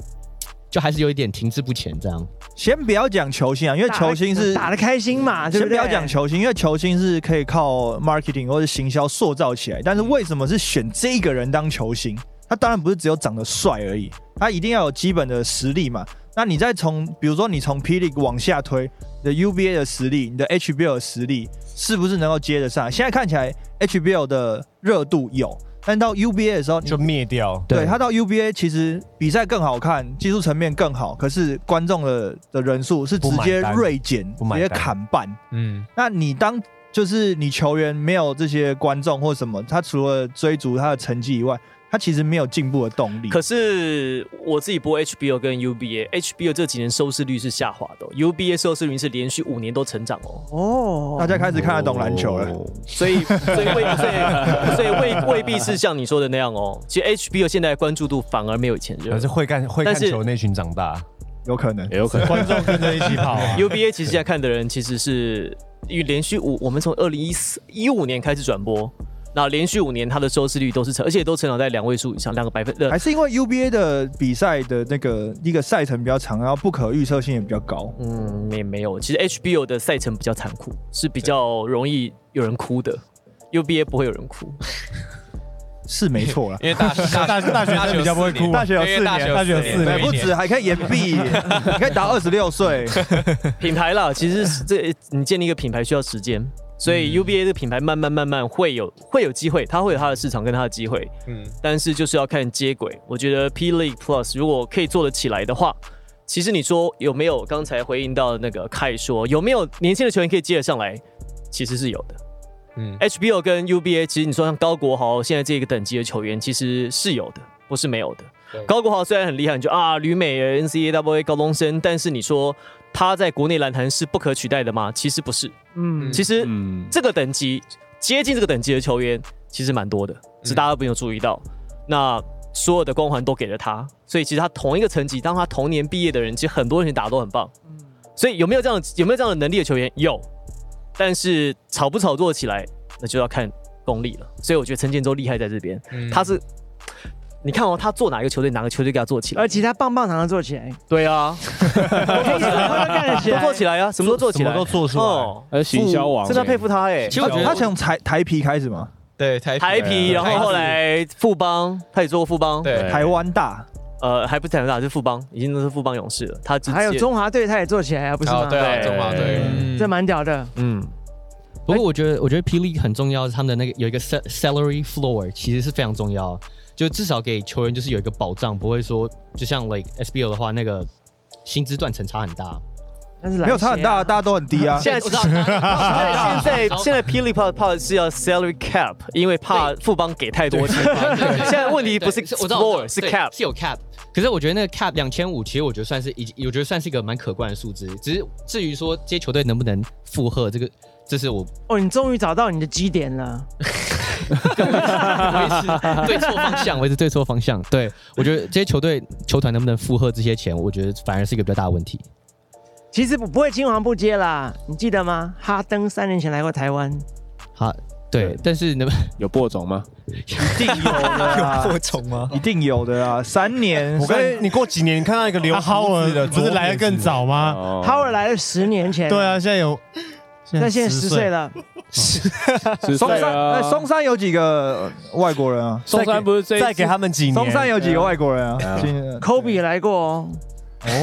[SPEAKER 10] 就还是有一点停滞不前这样。
[SPEAKER 2] 先不要讲球星啊，因为球星是
[SPEAKER 1] 打得开心嘛，对
[SPEAKER 2] 先
[SPEAKER 1] 对？
[SPEAKER 2] 要讲球星，因为球星是可以靠 marketing 或者行销塑造起来。但是为什么是选这个人当球星？他当然不是只有长得帅而已，他一定要有基本的实力嘛。那你再从，比如说你从 P League 往下推，你的 UBA 的实力，你的 HBL 的实力，是不是能够接得上？现在看起来 HBL 的热度有，但到 UBA 的时候，你
[SPEAKER 5] 就灭掉。
[SPEAKER 2] 对他到 UBA 其实比赛更好看，技术层面更好，可是观众的的人数是直
[SPEAKER 5] 不
[SPEAKER 2] 接
[SPEAKER 5] 买单
[SPEAKER 2] 锐减，
[SPEAKER 5] 不
[SPEAKER 2] 直
[SPEAKER 5] 买
[SPEAKER 2] 接
[SPEAKER 5] 单
[SPEAKER 2] 砍半。
[SPEAKER 7] 嗯，。
[SPEAKER 2] 那你当就是你球员没有这些观众或什么，他除了追逐他的成绩以外，他其实没有进步的动力。
[SPEAKER 6] 可是我自己播 HBO 跟 UBA，HBO 这几年收视率是下滑的哦、u b a 收视率是连续五年都成长哦，
[SPEAKER 1] 哦，
[SPEAKER 2] 大家开始看得懂篮球了，
[SPEAKER 5] 哦
[SPEAKER 6] 所以所以 未所以所以未未必是像你说的那样哦。其实 HBO 现在的关注度反而没有以前热
[SPEAKER 5] 可是会看会看
[SPEAKER 6] 但是
[SPEAKER 5] 球那群长大，
[SPEAKER 2] 有可能
[SPEAKER 3] 也有可能。
[SPEAKER 5] 观众跟着一起跑 啊。
[SPEAKER 6] ，UBA 其实现在看的人其实是因为连续五，我们从二零一四一五年开始转播。那连续五年，它的收视率都是成，而且都成长在两位数以上，两个百分呃
[SPEAKER 2] 还是因为 UBA 的比赛的那个一个赛程比较长，然后不可预测性也比较高。
[SPEAKER 6] 嗯，也没有。其实 HBO 的赛程比较残酷，是比较容易有人哭的。UBA 不会有人哭，
[SPEAKER 2] 是没错啦
[SPEAKER 7] 因为大大
[SPEAKER 5] 大大学生比较不会哭啊
[SPEAKER 2] 大学有四
[SPEAKER 7] 大学
[SPEAKER 2] 年，
[SPEAKER 7] 有四年
[SPEAKER 2] 对，
[SPEAKER 5] 每一
[SPEAKER 2] 不止，还可以延毕，你可以打二十六岁。
[SPEAKER 6] 品牌啦，其实是这你建立一个品牌需要时间，所以 UBA 这个品牌慢慢慢慢会有会有机会，它会有它的市场跟它的机会，
[SPEAKER 7] 嗯，
[SPEAKER 6] 但是就是要看接轨。我觉得 P League Plus 如果可以做得起来的话，其实你说有没有刚才回应到那个凯说有没有年轻的球员可以接得上来，其实是有的。
[SPEAKER 7] 嗯
[SPEAKER 6] HBO 跟 UBA，其实你说像高国豪现在这个等级的球员，其实是有的，不是没有的
[SPEAKER 7] 对。
[SPEAKER 6] 高国豪虽然很厉害，你就啊旅美 NCAA 高中生，但是你说他在国内篮坛是不可取代的吗？其实不是，
[SPEAKER 1] 嗯，
[SPEAKER 6] 其实
[SPEAKER 3] 嗯，
[SPEAKER 6] 这个等级接近这个等级的球员其实蛮多
[SPEAKER 5] 嗯
[SPEAKER 6] 的，只是大家没有注意到。那所有的光环都给了他，所以其实他同一个层级，当他同年毕业的人，其实很多人打得都很棒。
[SPEAKER 5] 嗯
[SPEAKER 6] 所以有没有这样的有没有这样的能力的球员？有，但是炒不炒作起来，那就要看功力了。所以我觉得陈建州厉害在这边，
[SPEAKER 7] 嗯
[SPEAKER 5] 嗯
[SPEAKER 6] 他是。你看哦，他做哪一个球队，哪个球队给他做起来
[SPEAKER 1] 而？且他棒棒糖的做起来，
[SPEAKER 6] 哎对 啊，
[SPEAKER 1] 干得起
[SPEAKER 6] 都
[SPEAKER 1] 来
[SPEAKER 6] 做起来啊，什么都做起来，
[SPEAKER 5] 什么都做出来
[SPEAKER 6] 哦，
[SPEAKER 3] 而行销网
[SPEAKER 6] 真的要佩服他哎、
[SPEAKER 10] 其实我觉得
[SPEAKER 2] 他从台台皮开始嘛，
[SPEAKER 7] 对，台
[SPEAKER 6] 台皮，然后后
[SPEAKER 7] 台
[SPEAKER 6] 来富邦，他也做过富邦，
[SPEAKER 7] 对
[SPEAKER 2] 台湾大，
[SPEAKER 6] 呃，还不是台大，是富邦，已经都是富邦勇士了。他直接
[SPEAKER 1] 还有中华队他也做起来啊，不是
[SPEAKER 7] 哦
[SPEAKER 1] 吗？
[SPEAKER 7] 对啊，
[SPEAKER 6] 对
[SPEAKER 7] 中华队，
[SPEAKER 10] 嗯
[SPEAKER 1] 这蛮屌的。
[SPEAKER 6] 嗯，
[SPEAKER 10] 不过我觉得，我觉得霹雳很重要，是他们的那个有一个 sal- salary floor，其实是非常重要，就至少给球员就是有一个保障，不会说就像 like SBL 的话，那个薪资断层差很大。
[SPEAKER 1] 但是
[SPEAKER 2] 没有差很大，
[SPEAKER 1] 大
[SPEAKER 2] 大家都很低啊。
[SPEAKER 6] 现在
[SPEAKER 10] 我知道现
[SPEAKER 6] 现在
[SPEAKER 10] 然后
[SPEAKER 6] 现在霹雳怕怕是要 salary cap，因为怕富邦给太多钱。 现在问题不是
[SPEAKER 10] 对我知道我知
[SPEAKER 6] floor
[SPEAKER 10] 道
[SPEAKER 6] 是
[SPEAKER 10] 对
[SPEAKER 6] cap，
[SPEAKER 10] 是有 cap。可是我觉得那个 cap 两千五，其实我觉得算是已经，我觉得算是一个蛮可观的数字。只是至于说这些球队能不能负荷这个这是我
[SPEAKER 1] 哦，你终于找到你的基点了。
[SPEAKER 10] 我一直对错方向，我一直对错方向。对我觉得这些球队球团能不能负荷这些钱，我觉得反而是一个比较大的问题。
[SPEAKER 1] 其实不不会青黄不接啦，你记得吗？哈登三年前来过台湾，
[SPEAKER 10] 好，对，但是 能
[SPEAKER 3] 有播种吗？
[SPEAKER 2] 一定有的啊，
[SPEAKER 9] 有破虫吗？
[SPEAKER 2] 一定有的啊，三年，
[SPEAKER 8] 我
[SPEAKER 2] 所
[SPEAKER 8] 跟
[SPEAKER 2] 以
[SPEAKER 8] 你过几年，你看到一个留
[SPEAKER 5] 他
[SPEAKER 8] 哈
[SPEAKER 5] Howard
[SPEAKER 8] 文啊不是来的更早吗？
[SPEAKER 3] 哦
[SPEAKER 1] 哈维来了十年前，
[SPEAKER 8] 对，啊，现在有，
[SPEAKER 1] 那现在十
[SPEAKER 8] 10
[SPEAKER 1] 岁，了，
[SPEAKER 3] 十
[SPEAKER 2] 松
[SPEAKER 3] 岁
[SPEAKER 2] 山，
[SPEAKER 3] 啊
[SPEAKER 2] 哎，松山有几个呃外国人啊？
[SPEAKER 3] 松山不是这一
[SPEAKER 8] 再给
[SPEAKER 3] 次
[SPEAKER 8] 他们几年。
[SPEAKER 2] 松山有几个外国人啊？
[SPEAKER 3] 啊
[SPEAKER 2] 今年
[SPEAKER 1] 科比也来过哦，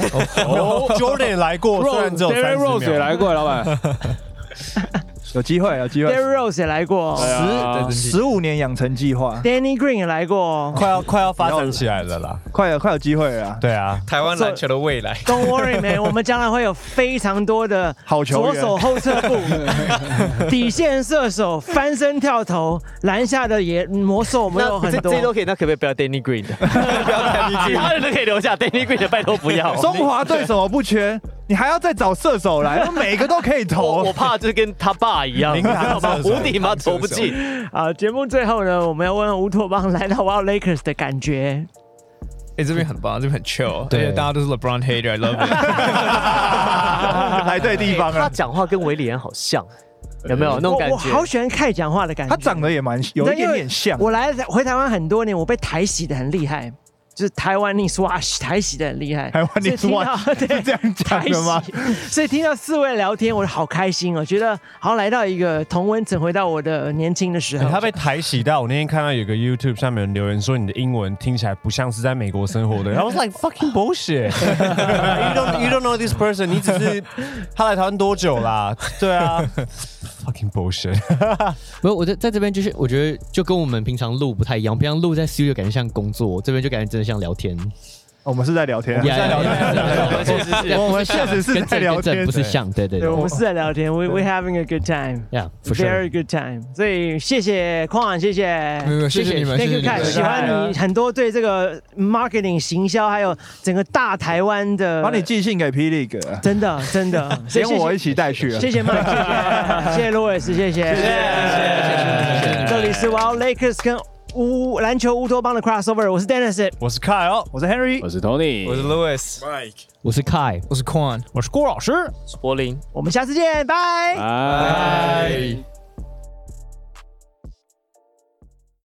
[SPEAKER 8] 哦 Jordan 也来过，虽然只有
[SPEAKER 3] Rose，Derrick
[SPEAKER 8] 三十
[SPEAKER 3] Rose 也
[SPEAKER 8] 秒，
[SPEAKER 3] 来过，老板。
[SPEAKER 2] 有机会，有机
[SPEAKER 1] d
[SPEAKER 2] 会
[SPEAKER 1] a r。r y Rose 也来过哦
[SPEAKER 3] 对啊
[SPEAKER 2] 十十五年养成计划，
[SPEAKER 1] ，Danny Green 也来过哦。
[SPEAKER 8] 快要快要发展起来了啦。
[SPEAKER 2] 快有快有机会了啊！
[SPEAKER 8] 对啊，
[SPEAKER 7] 台湾篮球的未来，
[SPEAKER 1] Don't worry man，我们将来会有非常多的
[SPEAKER 2] 好球
[SPEAKER 1] 左
[SPEAKER 2] 员
[SPEAKER 1] 手后撤 步、底线射手、翻身跳投、篮下的也魔兽，我们有
[SPEAKER 6] 那
[SPEAKER 1] 很
[SPEAKER 6] 这
[SPEAKER 1] 多
[SPEAKER 6] 这。都可以，那可不可以不要 Danny Green 的？不要 Danny Green，其他人都可以留下 Danny Green 的，拜托不要。
[SPEAKER 2] 中华队什么不缺？你还要再找射手来，每个都可以
[SPEAKER 6] 我
[SPEAKER 2] 投
[SPEAKER 6] 我。怕就是跟他爸一样，你知道吗？无敌吗？投不进。
[SPEAKER 1] 啊，节目最后呢，我们要问问乌托邦来到 Wild Lakers 的感觉。
[SPEAKER 4] 哎、这边很棒，这边很 chill，
[SPEAKER 10] 对
[SPEAKER 4] 而且大家都是 LeBron hater，I love it。
[SPEAKER 2] 来对地方
[SPEAKER 6] 他
[SPEAKER 2] 了，
[SPEAKER 6] 讲话跟维里安好像，有没有那种感
[SPEAKER 1] 我我好
[SPEAKER 6] 觉？
[SPEAKER 1] 喜欢看讲话的感觉。
[SPEAKER 2] 他长得也蛮有一点点像。
[SPEAKER 1] 我来回台湾很多年，我被台洗的很厉害，就是台湾 n s wash 台洗的很厉害。
[SPEAKER 2] 台湾 Nick
[SPEAKER 1] 所以听到对
[SPEAKER 2] 是这样讲的 吗？
[SPEAKER 1] 台洗所以听到四位聊天，我好开心哦，觉得好像来到一个同温层，回到我的年轻的时
[SPEAKER 8] 欸
[SPEAKER 1] 候。
[SPEAKER 8] 他被抬起到，我那天看到有个 YouTube 上面有留言说你的英文听起来不像是在美国生活的人，I was like fucking bullshit. you don't you don't know this person. 你只是他来台湾多久啦？对啊 ，fucking bullshit.
[SPEAKER 10] 不，我在在这边就是我觉得就跟我们平常录不太一样，平常录在 studio 感觉像工作，这边就感觉真的像聊天。
[SPEAKER 2] 我们是在聊天啊，
[SPEAKER 10] 在聊
[SPEAKER 6] 我确实是
[SPEAKER 2] 我们确实是
[SPEAKER 10] 跟
[SPEAKER 2] 在
[SPEAKER 10] 正
[SPEAKER 2] 聊
[SPEAKER 10] 跟
[SPEAKER 2] 天
[SPEAKER 10] 正不是像，对对
[SPEAKER 1] 对，
[SPEAKER 10] 对
[SPEAKER 1] 我们是在聊天，we we having a good time。
[SPEAKER 10] ，Yeah for sure。
[SPEAKER 1] Very good time，所以谢谢矿，谢谢
[SPEAKER 4] 没有没有，谢谢你们，谢
[SPEAKER 1] Thank
[SPEAKER 4] 谢
[SPEAKER 1] you
[SPEAKER 4] 你们
[SPEAKER 1] Cat，。喜欢你很多对这个 marketing 行销，还有整个大台湾的，
[SPEAKER 2] 把你寄信给霹雳哥，
[SPEAKER 1] 真的真的，所以
[SPEAKER 2] 连
[SPEAKER 1] 谢谢
[SPEAKER 2] 我一起带去啊。
[SPEAKER 1] 谢谢麦，谢谢谢谢罗伟斯，谢谢谢谢谢谢，这里是 Wild Lakers 跟乌篮球乌托邦的 crossover，我是 Dennis，
[SPEAKER 8] 我是 Kyle，
[SPEAKER 2] 我是 Henry，
[SPEAKER 3] 我是 Tony，
[SPEAKER 7] 我是 Louis。
[SPEAKER 10] 我是 Kai，
[SPEAKER 4] 我是 Quan，
[SPEAKER 8] 我是郭老师。
[SPEAKER 6] 柏林。
[SPEAKER 1] 我们下次见，拜。
[SPEAKER 3] 拜。